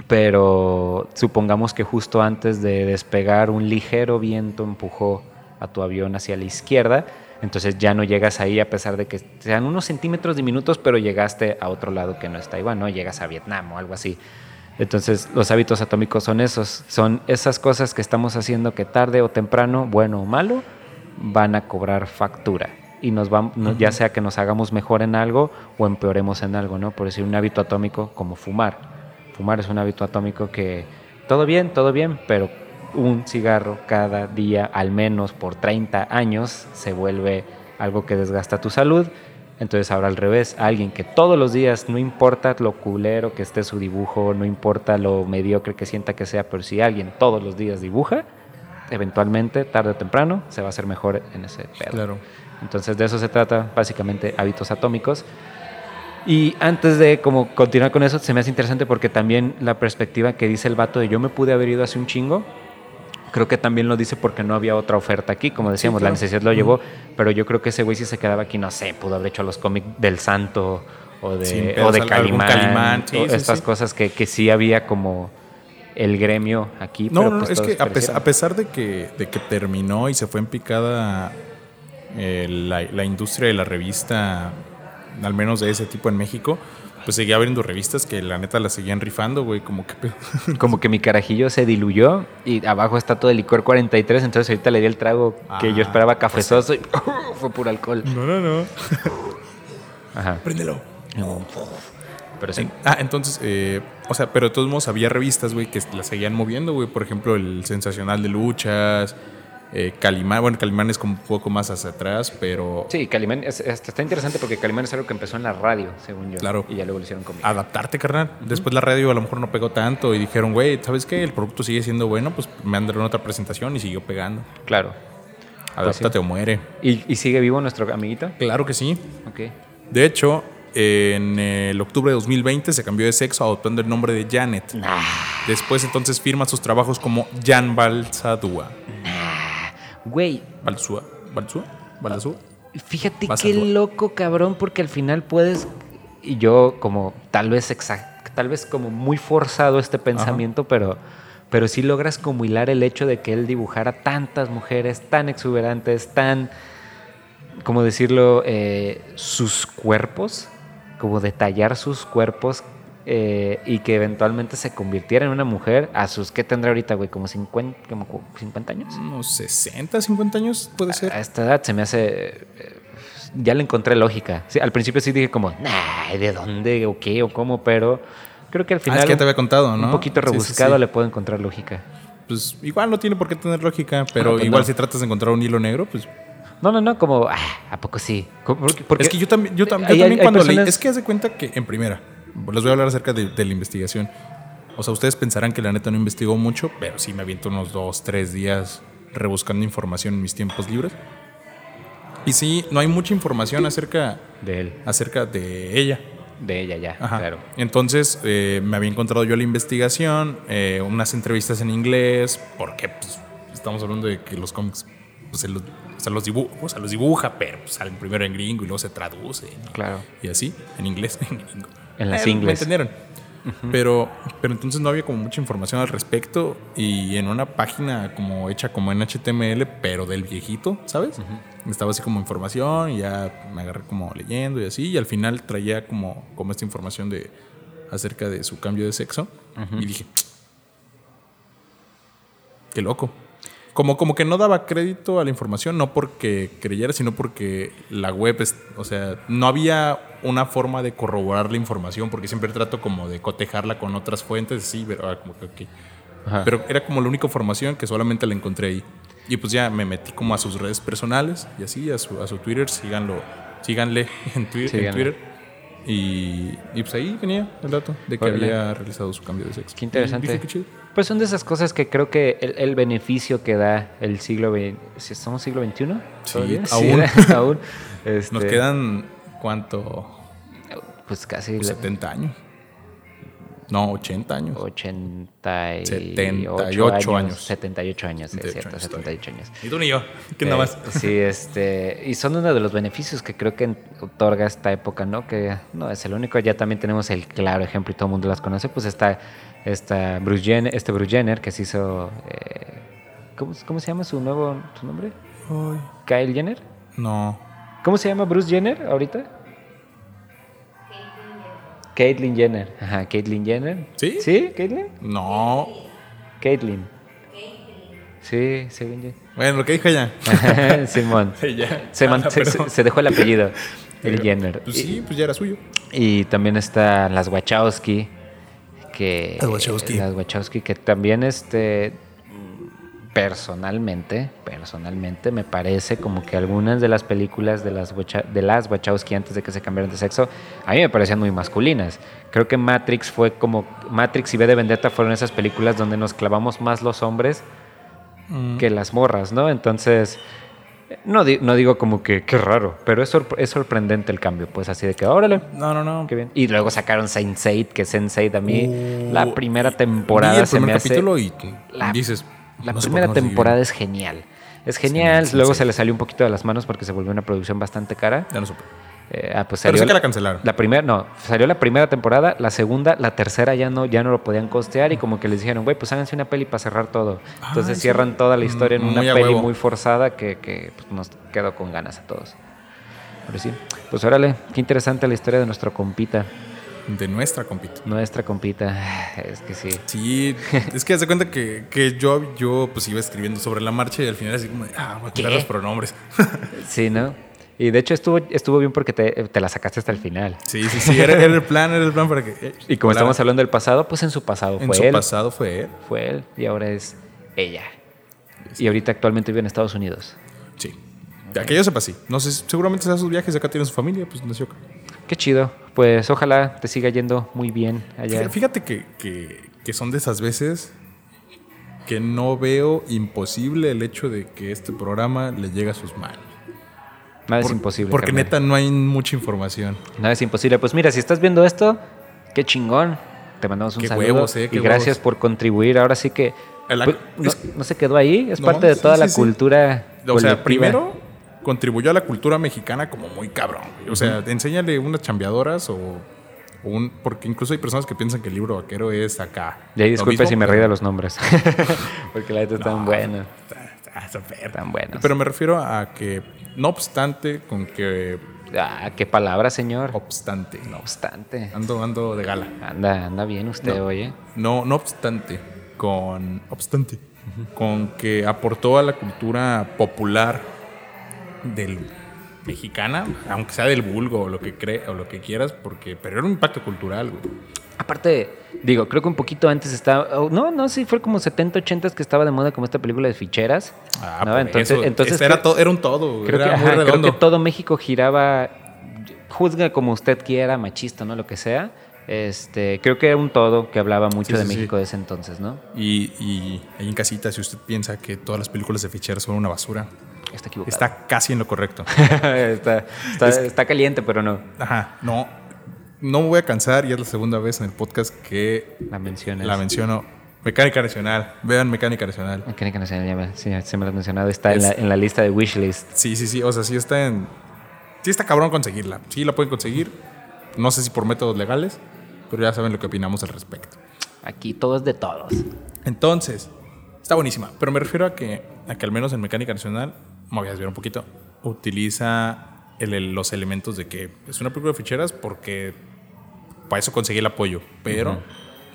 Pero supongamos que justo antes de despegar un ligero viento empujó a tu avión hacia la izquierda, entonces ya no llegas ahí a pesar de que sean unos centímetros diminutos, pero llegaste a otro lado que no es Taiwán, ¿no? Llegas a Vietnam o algo así. Entonces los hábitos atómicos son esos, son esas cosas que estamos haciendo que tarde o temprano, bueno o malo, van a cobrar factura y nos van, no- ya sea que nos hagamos mejor en algo o empeoremos en algo, ¿no? Por decir un hábito atómico como fumar. Fumar es un hábito atómico que todo bien, todo bien, pero un cigarro cada día al menos por 30 años se vuelve algo que desgasta tu salud. Entonces ahora al revés, alguien que todos los días, no importa lo culero que esté su dibujo, no importa lo mediocre que sienta que sea, pero si alguien todos los días dibuja, eventualmente, tarde o temprano, se va a hacer mejor en ese pedo. Claro. Entonces de eso se trata básicamente hábitos atómicos. Y antes de como continuar con eso, se me hace interesante porque también la perspectiva que dice el vato de yo me pude haber ido hace un chingo, creo que también lo dice porque no había otra oferta aquí, como decíamos, la claro. necesidad lo llevó, pero yo creo que ese güey si se quedaba aquí, no sé, pudo haber hecho los cómics del Santo o Sin de, pedos, o de al- algún Calimán, Calimán, sí, o sí, estas sí. cosas que, que sí había como el gremio aquí. No, pero no, pues es todos que a, pes- perecieron. a pesar de que, de que terminó y se fue en picada eh, la, la industria de la revista, al menos de ese tipo en México, pues seguía habiendo revistas que la neta las seguían rifando, güey, como que pedo. Como que mi carajillo se diluyó y abajo está todo el licor 43, entonces ahorita le di el trago que yo Ah, esperaba cafezoso y [laughs] ¡uh! fue puro alcohol. [laughs] No, no, no. Ajá. Préndelo. Pero sí. Ah, entonces, eh, o sea, pero de todos modos había revistas, güey, que las seguían moviendo, güey. Por ejemplo, el Sensacional de Luchas, eh, Calimán. Bueno, Calimán es como un poco más hacia atrás, pero Sí, Calimán es- es- está interesante porque Calimán es algo que empezó en la radio, según yo. Claro. Y ya luego lo hicieron conmigo. adaptarte, carnal. Después la radio a lo mejor no pegó tanto y dijeron, güey, ¿sabes qué? El producto sigue siendo bueno, pues me mandaron otra presentación y siguió pegando. Ah, Claro. Adáptate o muere. ¿Y, y sigue vivo nuestro amiguito? Claro que sí. Ok. De hecho, en el octubre de 2020 se cambió de sexo adoptando el nombre de Janet. Después entonces firma sus trabajos como Jan Balsadúa. Güey, Balsúa. Balsúa. Balsúa. Fíjate Vas a qué dudar. loco, cabrón, porque al final puedes. Y yo, como tal vez exact- tal vez como muy forzado este pensamiento, pero pero sí logras como hilar el hecho de que él dibujara tantas mujeres tan exuberantes, tan, como decirlo, eh, sus cuerpos, como detallar sus cuerpos eh, y que eventualmente se convirtiera en una mujer a sus, ¿qué tendrá ahorita, güey? ¿Como 50, como cu- 50 años? Unos 60, 50 años puede A ser. esta edad se me hace. eh, Ya le encontré lógica. Sí, al principio sí dije como, nah, ¿de dónde? ¿O qué? ¿O cómo? Pero creo que al Ah, final. es que ya te un- había contado, ¿no? Un poquito Sí, sí, rebuscado sí. le puedo encontrar lógica. Pues igual no tiene por qué tener lógica, pero Ah, pues igual no. si tratas de encontrar un hilo negro, pues No, no, no, como, ah, ¿a poco sí? Como- Porque, porque- es que yo también, yo tam- yo hay- hay- también hay cuando leí, personas- es que hace cuenta que en primera, les voy a hablar acerca de, de la investigación. O sea, ustedes pensarán que la neta no investigó mucho, pero sí me aviento unos dos, tres días rebuscando información en mis tiempos libres. Y sí, no hay mucha información acerca, De él, acerca de ella. de ella ya, Ajá. claro. Entonces eh, me había encontrado yo la investigación, eh, unas entrevistas en inglés, porque pues, estamos hablando de que los cómics pues, se los, o sea, los dibu- o sea, los dibuja, pero pues, salen primero en gringo y luego se traduce Claro. y así, en inglés, [laughs] en gringo. En las Eh, Me ingles. entendieron. Pero, pero entonces no había como mucha información al respecto y en una página como hecha como en HTML, pero del viejito, ¿sabes? Estaba así como información y ya me agarré como leyendo y así y al final traía como, como esta información de acerca de su cambio de sexo y dije, qué loco. Como, como que no daba crédito a la información, no porque creyera, sino porque la web, es- o sea, no había una forma de corroborar la información, porque siempre trato como de cotejarla con otras fuentes, sí, pero ah, como que ok. Ajá. Pero era como la única información que solamente la encontré ahí. Y pues ya me metí como a sus redes personales y así, a su, a su Twitter, síganlo, síganle [laughs] en Twitter. en Síganlo. Twitter. Y, y pues ahí venía el dato de que Órale. había realizado su cambio de sexo. Qué Y interesante. dije, "Qué chido". Pues son de esas cosas que creo que el, el beneficio que da el siglo XX. si ¿Estamos siglo XXI? Sí, ¿Todavía? aún. [laughs] aún. Este, Nos quedan, ¿cuánto? Pues casi Pues la- 70 años. No, 80 años. 88 78 años. 78 años, es 78 cierto, años, 78 años. Ni tú ni yo. Que nada Eh, más. Sí, este, y son uno de los beneficios que creo que otorga esta época, ¿no? Que no es el único, ya también tenemos el claro ejemplo y todo el mundo las conoce, pues está esta Bruce Jenner, este Bruce Jenner que se hizo, eh, ¿cómo, cómo se llama su nuevo, su nombre? Ay, Kyle Jenner. No. ¿Cómo se llama Bruce Jenner ahorita? Caitlyn Jenner. Ajá, Caitlyn Jenner. ¿Sí? ¿Sí? ¿Caitlyn? No. Caitlyn. Sí, según yo. [laughs] Bueno, lo que dije ya. Simón. [laughs] ya. Se, man- Ah, se- perdón. se- se dejó el apellido, el Jenner. Pues sí, pues ya era suyo. Y, y también está las Wachowski, que... Las Wachowski. Las Wachowski, que también este... Personalmente, personalmente me parece como que algunas de las películas de las, Wacha- de las Wachowski antes de que se cambiaran de sexo, a mí me parecían muy masculinas. Creo que Matrix fue como, Matrix y B de Vendetta fueron esas películas donde nos clavamos más los hombres Mm. que las morras, ¿no? Entonces, no, di- no digo como que qué raro, pero es, sorpre- es sorprendente el cambio, pues así de que, órale, No, no, no. qué bien. Y luego sacaron Saint Seid, que Saint Seiya a mí, Uh, la primera Vi temporada el se me primer hace... capítulo y tú la- dices. La no sé por primera qué no seguí temporada viendo. es genial. Es genial, Saint luego se Seiya. le salió un poquito de las manos porque se volvió una producción bastante cara. Ya no supe. Eh, ah, pues Pero salió sé que la cancelaron. la primera, no, salió la primera temporada, la segunda, la tercera ya no, ya no lo podían costear y como que les dijeron, güey, pues háganse una peli para cerrar todo. Ah, Entonces sí. cierran toda la historia en Mm, una muy a peli huevo. muy forzada que, que, pues, nos quedó con ganas a todos. Pero sí, pues órale, qué interesante la historia de nuestro compita, De nuestra compito. nuestra compita. Es que sí. Sí, [laughs] es que haz de cuenta que, que yo, yo pues iba escribiendo sobre la marcha y al final así como, de, ah, voy a quitar ¿Qué? los pronombres. [laughs] Sí, ¿no? Y de hecho estuvo, estuvo bien porque te, te la sacaste hasta el final. Sí, sí, sí, era, era el plan, era el plan para que... eh, Y como volara. estamos hablando del pasado, pues en su pasado En fue su él. pasado fue él. fue él y ahora es ella. Y ahorita actualmente vive en Estados Unidos. Sí. De aquello sepa, sí. No sé, seguramente se da sus viajes, acá tiene su familia, pues nació acá. Qué chido. Pues ojalá te siga yendo muy bien allá. Fíjate, fíjate que, que- que son de esas veces que no veo imposible el hecho de que este programa le llegue a sus manos. Nada Ah, es Por- imposible. Porque carnal. neta no hay mucha información. Nada es imposible. Pues mira, si estás viendo esto, qué chingón. Te mandamos un Qué saludo. huevos, eh, qué y gracias huevos. por contribuir. Ahora sí que El ac- pues, no, es- no se quedó ahí. Es No, parte de sí, toda la sí, sí. cultura. O sea, colectiva. primero contribuyó a la cultura mexicana como muy cabrón. güey. O sea, enséñale unas chambeadoras o, o un. Porque incluso hay personas que piensan que el libro vaquero es acá. Y ahí Lo disculpe mismo, si me pero- reí de los nombres. [laughs] Porque la neta es tan buena. Ah, está perro. Tan buena. Pero me refiero a que, no obstante, con que. Ah, qué palabra, señor. Obstante. No obstante. Ando, ando de gala. Anda, anda bien usted, oye. No, no obstante, con obstante, con que aportó a la cultura popular del mexicana, aunque sea del vulgo o lo que cree o lo que quieras, porque pero era un impacto cultural, güey. Aparte, digo, creo que un poquito antes estaba. oh, No, no, sí, fue como 70, 80 que estaba de moda como esta película de ficheras. Ah, ¿no? por Entonces, eso. entonces Este era, creo- todo, era un todo, creo, era que, muy ajá, creo que redondo. todo México giraba, juzga como usted quiera, machista, ¿no? Lo que sea. Este, creo que era un todo que hablaba mucho Sí, de sí, sí. México de ese entonces, ¿no? Y, y ahí en casita, si usted piensa que todas las películas de ficheras son una basura, Está equivocado. está casi en lo correcto. [laughs] está, está- está caliente, pero no. Ajá, no, no me voy a cansar, ya es la segunda vez en el podcast que La mencionas. La menciono. Mecánica Nacional. Vean Mecánica Nacional. Mecánica Nacional, ya me- sí, sí me lo has mencionado. Está en, Es- la, en la lista de wishlist. Sí, sí, sí. O sea, sí está en. Sí está cabrón conseguirla. Sí la pueden conseguir. No sé si por métodos legales, pero ya saben lo que opinamos al respecto. Aquí todo es de todos. Entonces, está buenísima. Pero me refiero a que, a que al menos en Mecánica Nacional, me voy a desviar un poquito, utiliza el- el- los elementos de que es una película de ficheras porque para eso conseguí el apoyo. Pero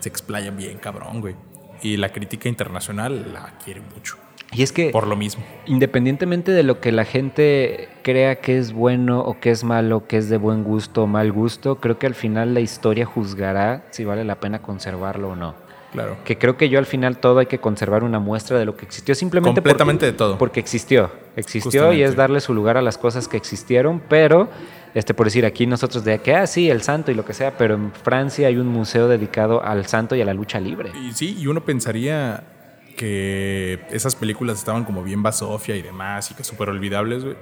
se explaya bien, cabrón, güey. Y la crítica internacional la quiere mucho. Y es que Por lo mismo. independientemente de lo que la gente crea que es bueno o que es malo, que es de buen gusto o mal gusto, creo que al final la historia juzgará si vale la pena conservarlo o no. Claro. Que creo que yo al final todo hay que conservar una muestra de lo que existió simplemente Completamente porque, de todo. porque existió. Existió y Justamente. es darle su lugar a las cosas que existieron, pero este por decir aquí nosotros de que ah sí, el santo y lo que sea, pero en Francia hay un museo dedicado al santo y a la lucha libre. Y sí, y uno pensaría que esas películas estaban como bien basofia y demás y que súper olvidables. güey.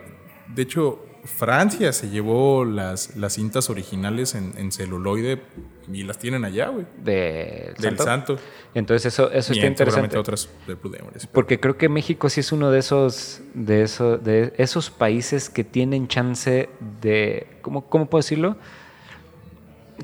De hecho, Francia se llevó las, las cintas originales en, en celuloide y las tienen allá, güey. De Del santo. Entonces eso, eso Y está en seguramente interesante. otras de Blue Demons. Porque creo que México sí es uno de esos, de eso, de esos países que tienen chance de. ¿Cómo, cómo puedo decirlo?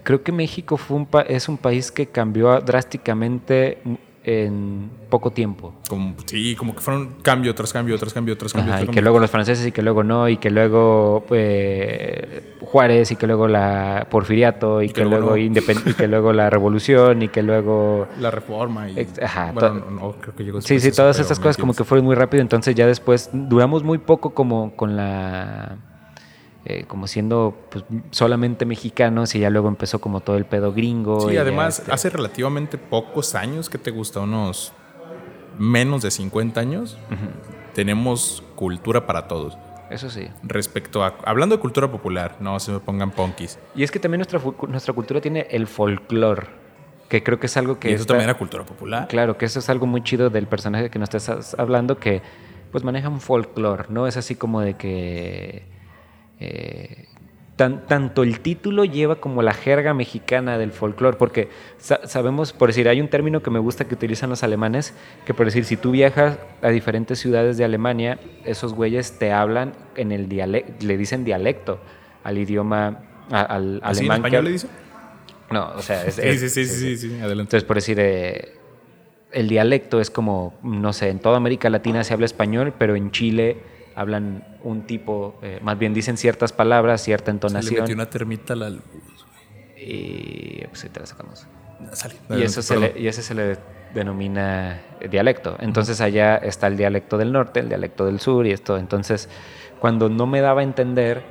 Creo que México fue un pa- es un país que cambió a- drásticamente en poco tiempo. Como, sí, como que fueron cambio tras cambio, tras cambio, tras cambio. Ajá, y tras que cambio. luego los franceses y que luego no, y que luego eh, Juárez y que luego la Porfiriato y, que, luego, no. independ- y que luego la Revolución y que luego La reforma y. Ex- ajá, bueno, to- no, no, creo que llegó Sí, después sí, eso, todas pero estas me cosas como que entiendes. fueron muy rápido, entonces ya después duramos muy poco como con la eh, como siendo pues, solamente mexicanos y ya luego empezó como todo el pedo gringo. y Sí, ya, además, este, hace relativamente pocos años que te gusta, unos menos de 50 años, tenemos cultura para todos. eso sí. Respecto a. Hablando de cultura popular, no se me pongan punkis. Y es que también nuestra fu- nuestra cultura tiene el folclore, que creo que es algo que Y eso está- también era cultura popular. Claro, que eso es algo muy chido del personaje que nos estás hablando, que pues maneja un folclore, ¿no? Es así como de que... eh, tan- tanto el título lleva como la jerga mexicana del folclore, porque sa- sabemos, por decir, hay un término que me gusta que utilizan los alemanes, que por decir, si tú viajas a diferentes ciudades de Alemania, esos güeyes te hablan en el dialecto, le dicen dialecto al idioma, a- al ¿Así ¿Ah, alemán. en que- español le dice? No, o sea, es, [laughs] Sí, es- sí, sí, sí, sí, sí, adelante. entonces, por decir, eh, el dialecto es como, no sé, en toda América Latina se habla español, pero en Chile hablan un tipo, eh, más bien dicen ciertas palabras, cierta Se le metió entonación. una termita a la luz. Y pues sí, te la sacamos. Sale, y, adelante, eso se perdón. le- y ese se le denomina dialecto. Entonces allá está el dialecto del norte, el dialecto del sur y esto. Entonces, cuando no me daba a entender,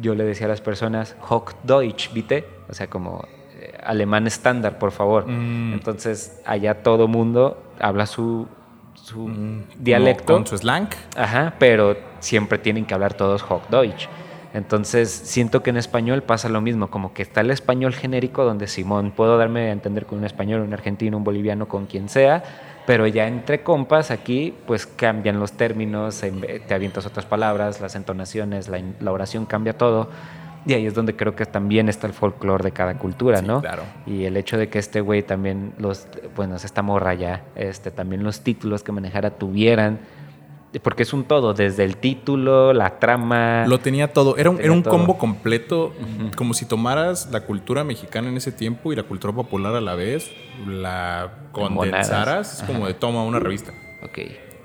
yo le decía a las personas, Hochdeutsch, bitte, o sea, como eh, alemán estándar, por favor. Mm. Entonces, allá todo mundo habla su, su Mm, dialecto. no, Con su slang. Ajá, pero siempre tienen que hablar todos Hochdeutsch. Entonces, siento que en español pasa lo mismo, como que está el español genérico donde Simón puedo darme a entender con un español, un argentino, un boliviano, con quien sea, pero ya entre compas aquí pues cambian los términos, en ve- te avientas otras palabras, las entonaciones, la, in- la oración cambia todo. Y ahí es donde creo que también está el folclore de cada cultura, Sí, ¿no? claro. Y el hecho de que este güey también los, bueno, es esta morra ya, este, también los títulos que manejara tuvieran, porque es un todo, desde el título, la trama. Lo tenía todo. Era un, Ah. Tenía era un todo. combo completo. Como si tomaras la cultura mexicana en ese tiempo y la cultura popular a la vez, la Monadas. condensaras. Es como de toma una revista. Ok.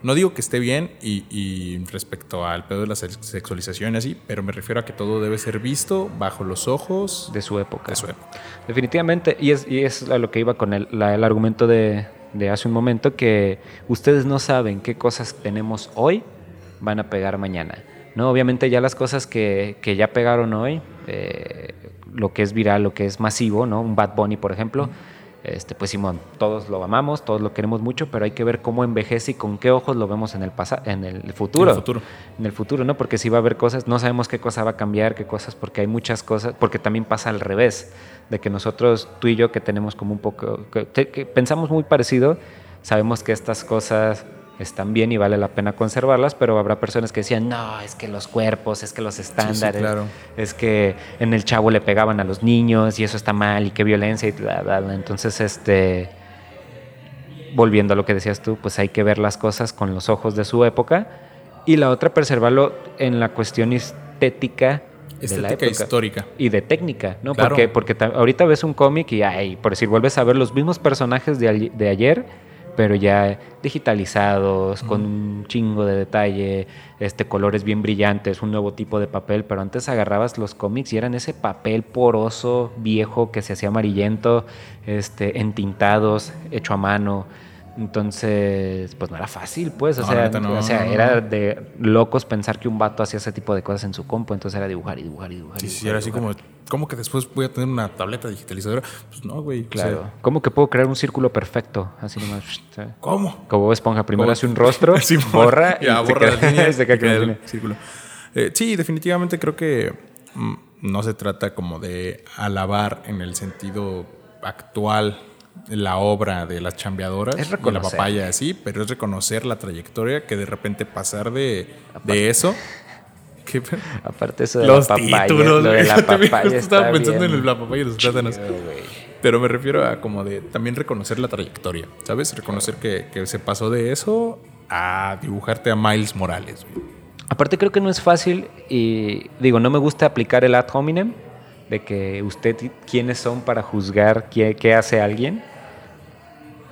No digo que esté bien y, y respecto al pedo de la sex- sexualización y así, pero me refiero a que todo debe ser visto bajo los ojos De su época. de su época. Definitivamente, y es, y es a lo que iba con el, la- el argumento de, de hace un momento, que ustedes no saben qué cosas tenemos hoy van a pegar mañana. No, obviamente ya las cosas que, que ya pegaron hoy, eh, lo que es viral, lo que es masivo, ¿no? Un Bad Bunny, por ejemplo, este, pues Simón, todos lo amamos, todos lo queremos mucho, pero hay que ver cómo envejece y con qué ojos lo vemos en el, pasa- en el futuro. En el futuro. En el futuro, ¿no? Porque si va a haber cosas, no sabemos qué cosa va a cambiar, qué cosas, porque hay muchas cosas, porque también pasa al revés, de que nosotros, tú y yo, que tenemos como un poco, que, te- que pensamos muy parecido, sabemos que estas cosas están bien y vale la pena conservarlas, pero habrá personas que decían, no, es que los cuerpos, es que los estándares, claro. es que en el chavo le pegaban a los niños y eso está mal y qué violencia y bla, bla, bla. Entonces, este volviendo a lo que decías tú, pues hay que ver las cosas con los ojos de su época y la otra preservarlo en la cuestión estética de la Estética época histórica. y de técnica, ¿no? Claro. Porque, porque ta- ahorita ves un cómic y ay, por decir, vuelves a ver los mismos personajes de, al- de ayer, pero ya digitalizados, con un chingo de detalle, este colores bien brillantes, un nuevo tipo de papel, pero antes agarrabas los cómics y eran ese papel poroso, viejo, que se hacía amarillento, este, entintados, hecho a mano. Entonces, pues no era fácil, pues. O No, la sea, neta no, o sea, no, no. era de locos pensar que un vato hacía ese tipo de cosas en su compo. Entonces era dibujar y dibujar y dibujar. y Sí, sí, dibujar, era así dibujar. como, ¿cómo que después voy a tener una tableta digitalizadora? Pues no, güey. o sea, Claro. ¿Cómo que puedo crear un círculo perfecto? Así [laughs] nomás. ¿sabes? ¿Cómo? Como Bob Esponja, primero ¿Cómo? hace un [laughs] rostro, [laughs] Sí, borra y ya, se borra queda- la [laughs] línea, se queda y con la queda el línea. círculo. Eh, sí, definitivamente creo que mm, no se trata como de alabar en el sentido actual la obra de las chambeadoras Es y la reconocer. papaya así, pero es reconocer la trayectoria que de repente pasar de, de eso. [laughs] que- Aparte eso de los la papaya, títulos, lo de güey, la [laughs] yo también papaya justo estaba está pensando en bien el, la papaya y los plátanos. chido, güey. Pero me refiero a como de también reconocer la trayectoria, ¿sabes? Reconocer que, que se pasó de eso a dibujarte a Miles Morales. güey. Aparte creo que no es fácil y digo, no me gusta aplicar el ad hominem de que usted y- quiénes son para juzgar qué, qué hace alguien.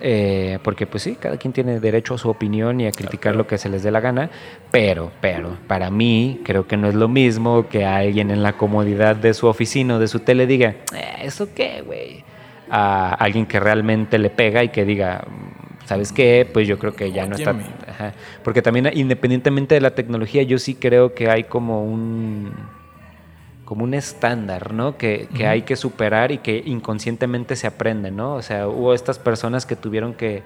Eh, porque pues sí, cada quien tiene derecho a su opinión y a criticar lo que se les dé la gana, pero, pero, para mí creo que no es lo mismo que alguien en la comodidad de su oficina o de su tele diga, "Eh, ¿eso qué, güey? A alguien que realmente le pega y que diga, "Mm, ¿sabes qué? Pues yo creo que ya no está... Óyeme. Ajá. Porque también independientemente de la tecnología, yo sí creo que hay como un como un estándar, ¿no? Que, que hay que superar y que inconscientemente se aprende, ¿no? O sea, hubo estas personas que tuvieron que,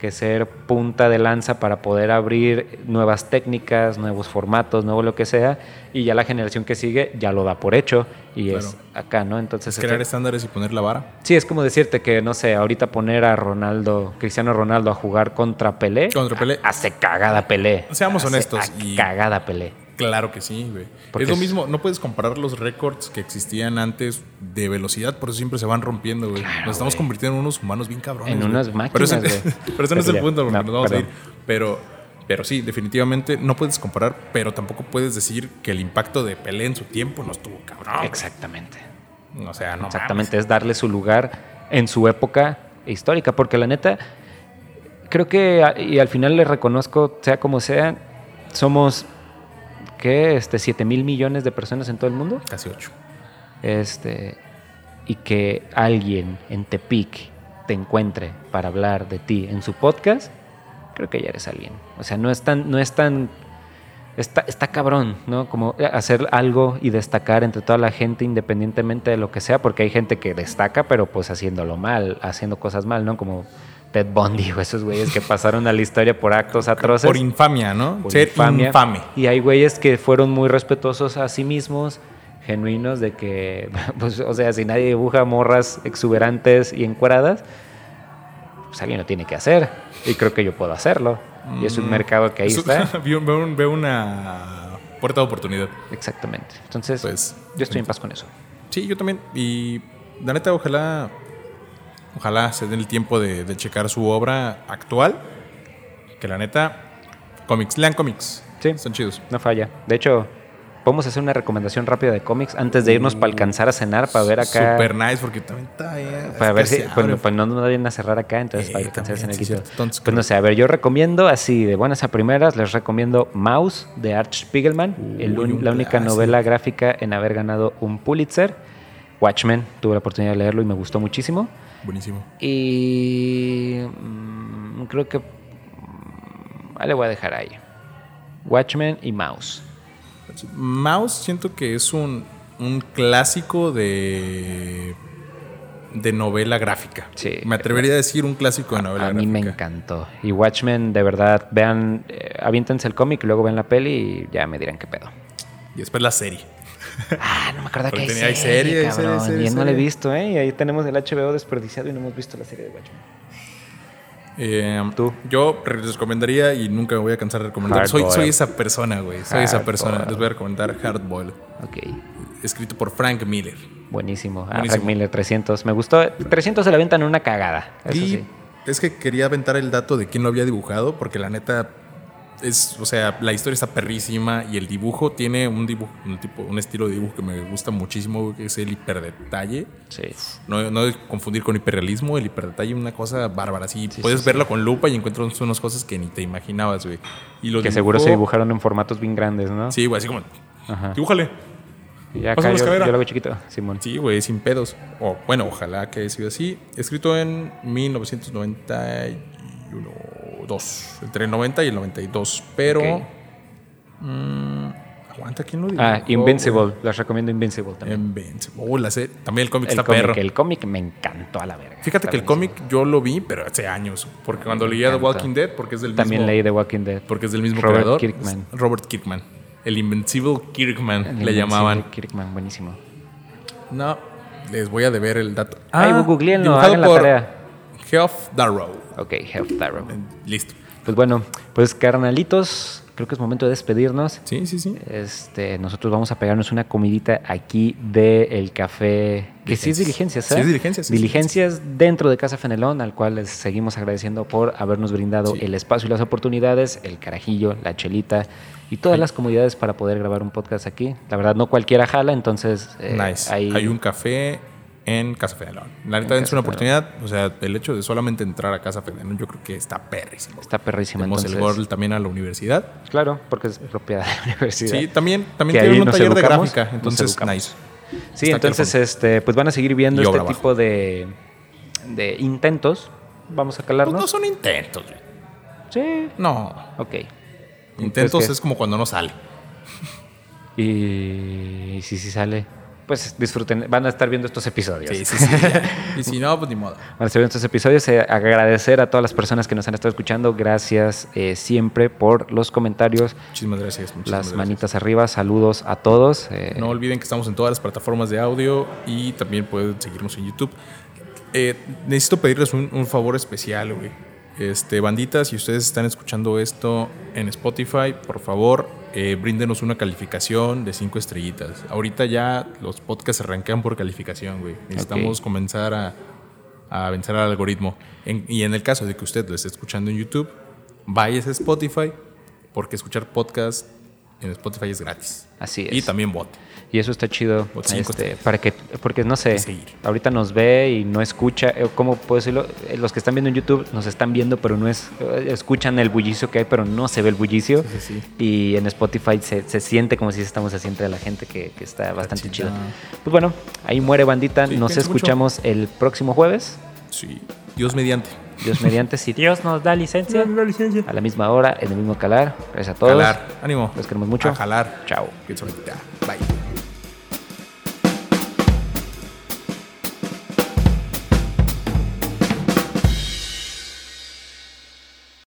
que ser punta de lanza para poder abrir nuevas técnicas, nuevos formatos, nuevo lo que sea, y ya la generación que sigue ya lo da por hecho y es Claro. acá, ¿no? Entonces, Es crear este- estándares y poner la vara. sí, es como decirte que, no sé, ahorita poner a Ronaldo, Cristiano Ronaldo a jugar contra Pelé. Contra Pelé. Hace cagada Pelé. Seamos Hace honestos, a- y- Cagada Pelé. Claro que sí, güey. Porque Es lo es- mismo, no puedes comparar los récords que existían antes de velocidad, por eso siempre se van rompiendo, güey. Claro, nos estamos güey. convirtiendo en unos humanos bien cabrones. En güey. unas máquinas, Pero ese, [laughs] güey. pero ese no es Pero el ya, punto, porque no, nos vamos perdón. a ir. Pero, pero sí, definitivamente no puedes comparar, pero tampoco puedes decir que el impacto de Pelé en su tiempo no estuvo cabrón. Exactamente. O sea, no. Exactamente, es darle su lugar en su época histórica, porque la neta, creo que, a- y al final le reconozco, sea como sea, somos, ¿qué? Este, 7 mil millones de personas en todo el mundo. mames, Casi ocho. Este, y que alguien en Tepic te encuentre para hablar de ti en su podcast, creo que ya eres alguien. O sea, no es tan, no es tan, está, está cabrón, ¿no? Como hacer algo y destacar entre toda la gente independientemente de lo que sea, porque hay gente que destaca, pero pues haciéndolo mal, haciendo cosas mal, ¿no? Como Ted Bundy o esos güeyes que pasaron a la historia por actos atroces Por infamia, ¿no? por Ser infamia. infame. Y hay güeyes que fueron muy respetuosos a sí mismos, genuinos de que, [laughs] pues, o sea, si nadie dibuja morras exuberantes y encueradas, pues alguien lo tiene que hacer. Y creo que yo puedo hacerlo. Y es un mercado que ahí Eso- [laughs] está. veo, veo un- veo una puerta de oportunidad. Exactamente. Entonces, Pues, yo estoy en paz con eso. Sí, yo también. Y la neta, ojalá, ojalá se den el tiempo de, de checar su obra actual. Que la neta, cómics, lean cómics. Sí. Son chidos. No falla. De hecho, podemos hacer una recomendación rápida de cómics antes de irnos para alcanzar a cenar, Ah, para ver acá. Super nice, porque también está bien. Para es ver que si se pues, abre. no- pues no nos vayan a cerrar acá, entonces Eh, para alcanzar también, en el sí, quito. cierto. Entonces, Pues no creo- sé, a ver, yo recomiendo así de buenas a primeras, les recomiendo Mouse de Art Spiegelman, el Uy, un- un la única clásico. novela gráfica en haber ganado un Pulitzer. Watchmen, tuve la oportunidad de leerlo y me gustó muchísimo. Buenísimo. Y mm, creo que mm, ahí le voy a dejar ahí. Watchmen y Mouse. Mouse siento que es un, un clásico de, de novela gráfica. Sí. Me atrevería a decir un clásico de novela A mí gráfica. me encantó. Y Watchmen, de verdad, vean, eh, aviéntense el cómic, luego ven la peli y ya me dirán qué pedo. Y después la serie. Ah, no me acuerdo que Porque hay tenía- hay serie, serie, hay serie, cabrón. serie, y no la he serie. visto, ¿eh? Y ahí tenemos el HBO desperdiciado y no hemos visto la serie de Watchmen. Eh, Tú. Yo re- recomendaría y nunca me voy a cansar de recomendar. Soy, Hardboiled. soy esa persona, güey. Soy esa Hardboiled. persona. Les voy a recomendar Hardboiled, Ok, escrito por Frank Miller. buenísimo. Ah, Buenísimo. Frank Miller, 300. Me gustó. 300 se la aventan en una cagada. Eso y sí. es que quería aventar el dato de quién lo había dibujado, porque la neta es, o sea, la historia está perrísima y el dibujo tiene un dibujo, un tipo, un estilo de dibujo que me gusta muchísimo, güey, que es el hiperdetalle. Sí. No, no de confundir con hiperrealismo, el hiperdetalle es una cosa bárbara. Sí, Sí, puedes sí, verlo con lupa y encuentras unas cosas que ni te imaginabas, güey. Y lo Que seguro dibujó- se dibujaron en formatos bien grandes, ¿no? Sí, güey, así como, Ajá. dibújale. Y ya acá Pásame yo, las yo caderas. lo hago chiquito, Simón. Sí, güey, sin pedos. O bueno, ojalá que haya sido así. Escrito en 1990. y- 91, 2. Entre el 90 y el 92. Pero. Ok. mm, aguanta, ¿quién lo dijo? Ah, Invincible. Les recomiendo Invincible también. Invincible. Oh, la serie- También el cómic el está cómic, perro. el cómic me encantó a la verga. Fíjate Está que el buenísimo. cómic yo lo vi, pero hace años. Porque cuando Me leía The encanta. Walking Dead, porque es del También mismo. leí The Walking Dead. Porque es del mismo Robert creador. Kirkman. es Robert Kirkman. El Invincible Kirkman El le Invencible llamaban. Kirkman, buenísimo. No, les voy a deber el dato. Ah, Ay, googleenlo, hagan la tarea. Geoff Darrow. Ok, Health Darrow. Listo. Pues bueno, pues carnalitos, creo que es momento de despedirnos. Sí, sí, sí. Este, nosotros vamos a pegarnos una comidita aquí del el café. Que sí es diligencias, Sí ¿eh? es diligencias, sí es Diligencias dentro de Casa Fenelón, al cual les seguimos agradeciendo por habernos brindado Sí. el espacio y las oportunidades, el carajillo, la chelita y todas las comodidades para poder grabar un podcast aquí. La verdad, no cualquiera jala, entonces eh, nice. ahí- Hay un café en Casa Fenelón. La neta, dense Casa una Fenelón. oportunidad. O sea, el hecho de solamente entrar a Casa Fenelón, yo creo que está perrísimo. está perrísimo. Tenemos Entonces, el Gorl también a la universidad. Claro, porque es propiedad de la universidad. Sí, también, también Que ahí tienen un nos taller de educamos, gráfica. nos Entonces, educamos. nice. Sí, Está entonces cabrón. este, pues van a seguir viendo Y este obra abajo. tipo de, de intentos. Vamos a Pues no calarnos. son intentos. güey. Sí. No. Ok. Pues Intentos ¿qué? es como cuando no sale. Y si sí sale, pues disfruten. Van a estar viendo estos episodios. [laughs] Sí, sí, sí. ya. y si no, pues ni modo. Van a estar viendo estos episodios. Eh, agradecer a todas las personas que nos han estado escuchando. Gracias eh, siempre por los comentarios, Muchísimas gracias. Muchísimas las gracias. manitas arriba. Saludos a todos. Eh, No olviden que estamos en todas las plataformas de audio y también pueden seguirnos en YouTube. Eh, necesito pedirles un, un favor especial, güey. Este, banditas, si ustedes están escuchando esto en Spotify, por favor, eh, bríndenos una calificación de cinco estrellitas. Ahorita ya los podcasts arrancan por calificación, güey. Necesitamos comenzar a, a vencer al algoritmo. En- y en el caso de que usted lo esté escuchando en YouTube, vaya a Spotify, porque escuchar podcast en Spotify es gratis. Así es. Y también vote. Y eso está chido. O cinco este, estrellas. para que, porque no sé, seguir. ahorita nos ve y no escucha. eh, ¿Cómo puedo decirlo? Eh, Los que están viendo en YouTube nos están viendo, pero no es. eh, Escuchan el bullicio que hay, pero no se ve el bullicio. sí, sí. Y en Spotify se, se siente como si estamos haciendo de la gente que, que está bastante chido. chido. Pues bueno, ahí muere bandita. Sí, nos cuídense mucho. escuchamos el próximo jueves. Sí. Dios mediante. Dios mediante, si [laughs] Dios nos da licencia. A la misma hora, en el mismo calar. Gracias a todos. Jalar. Ánimo. Los queremos mucho. A jalar. Chao. Que solita. Bye.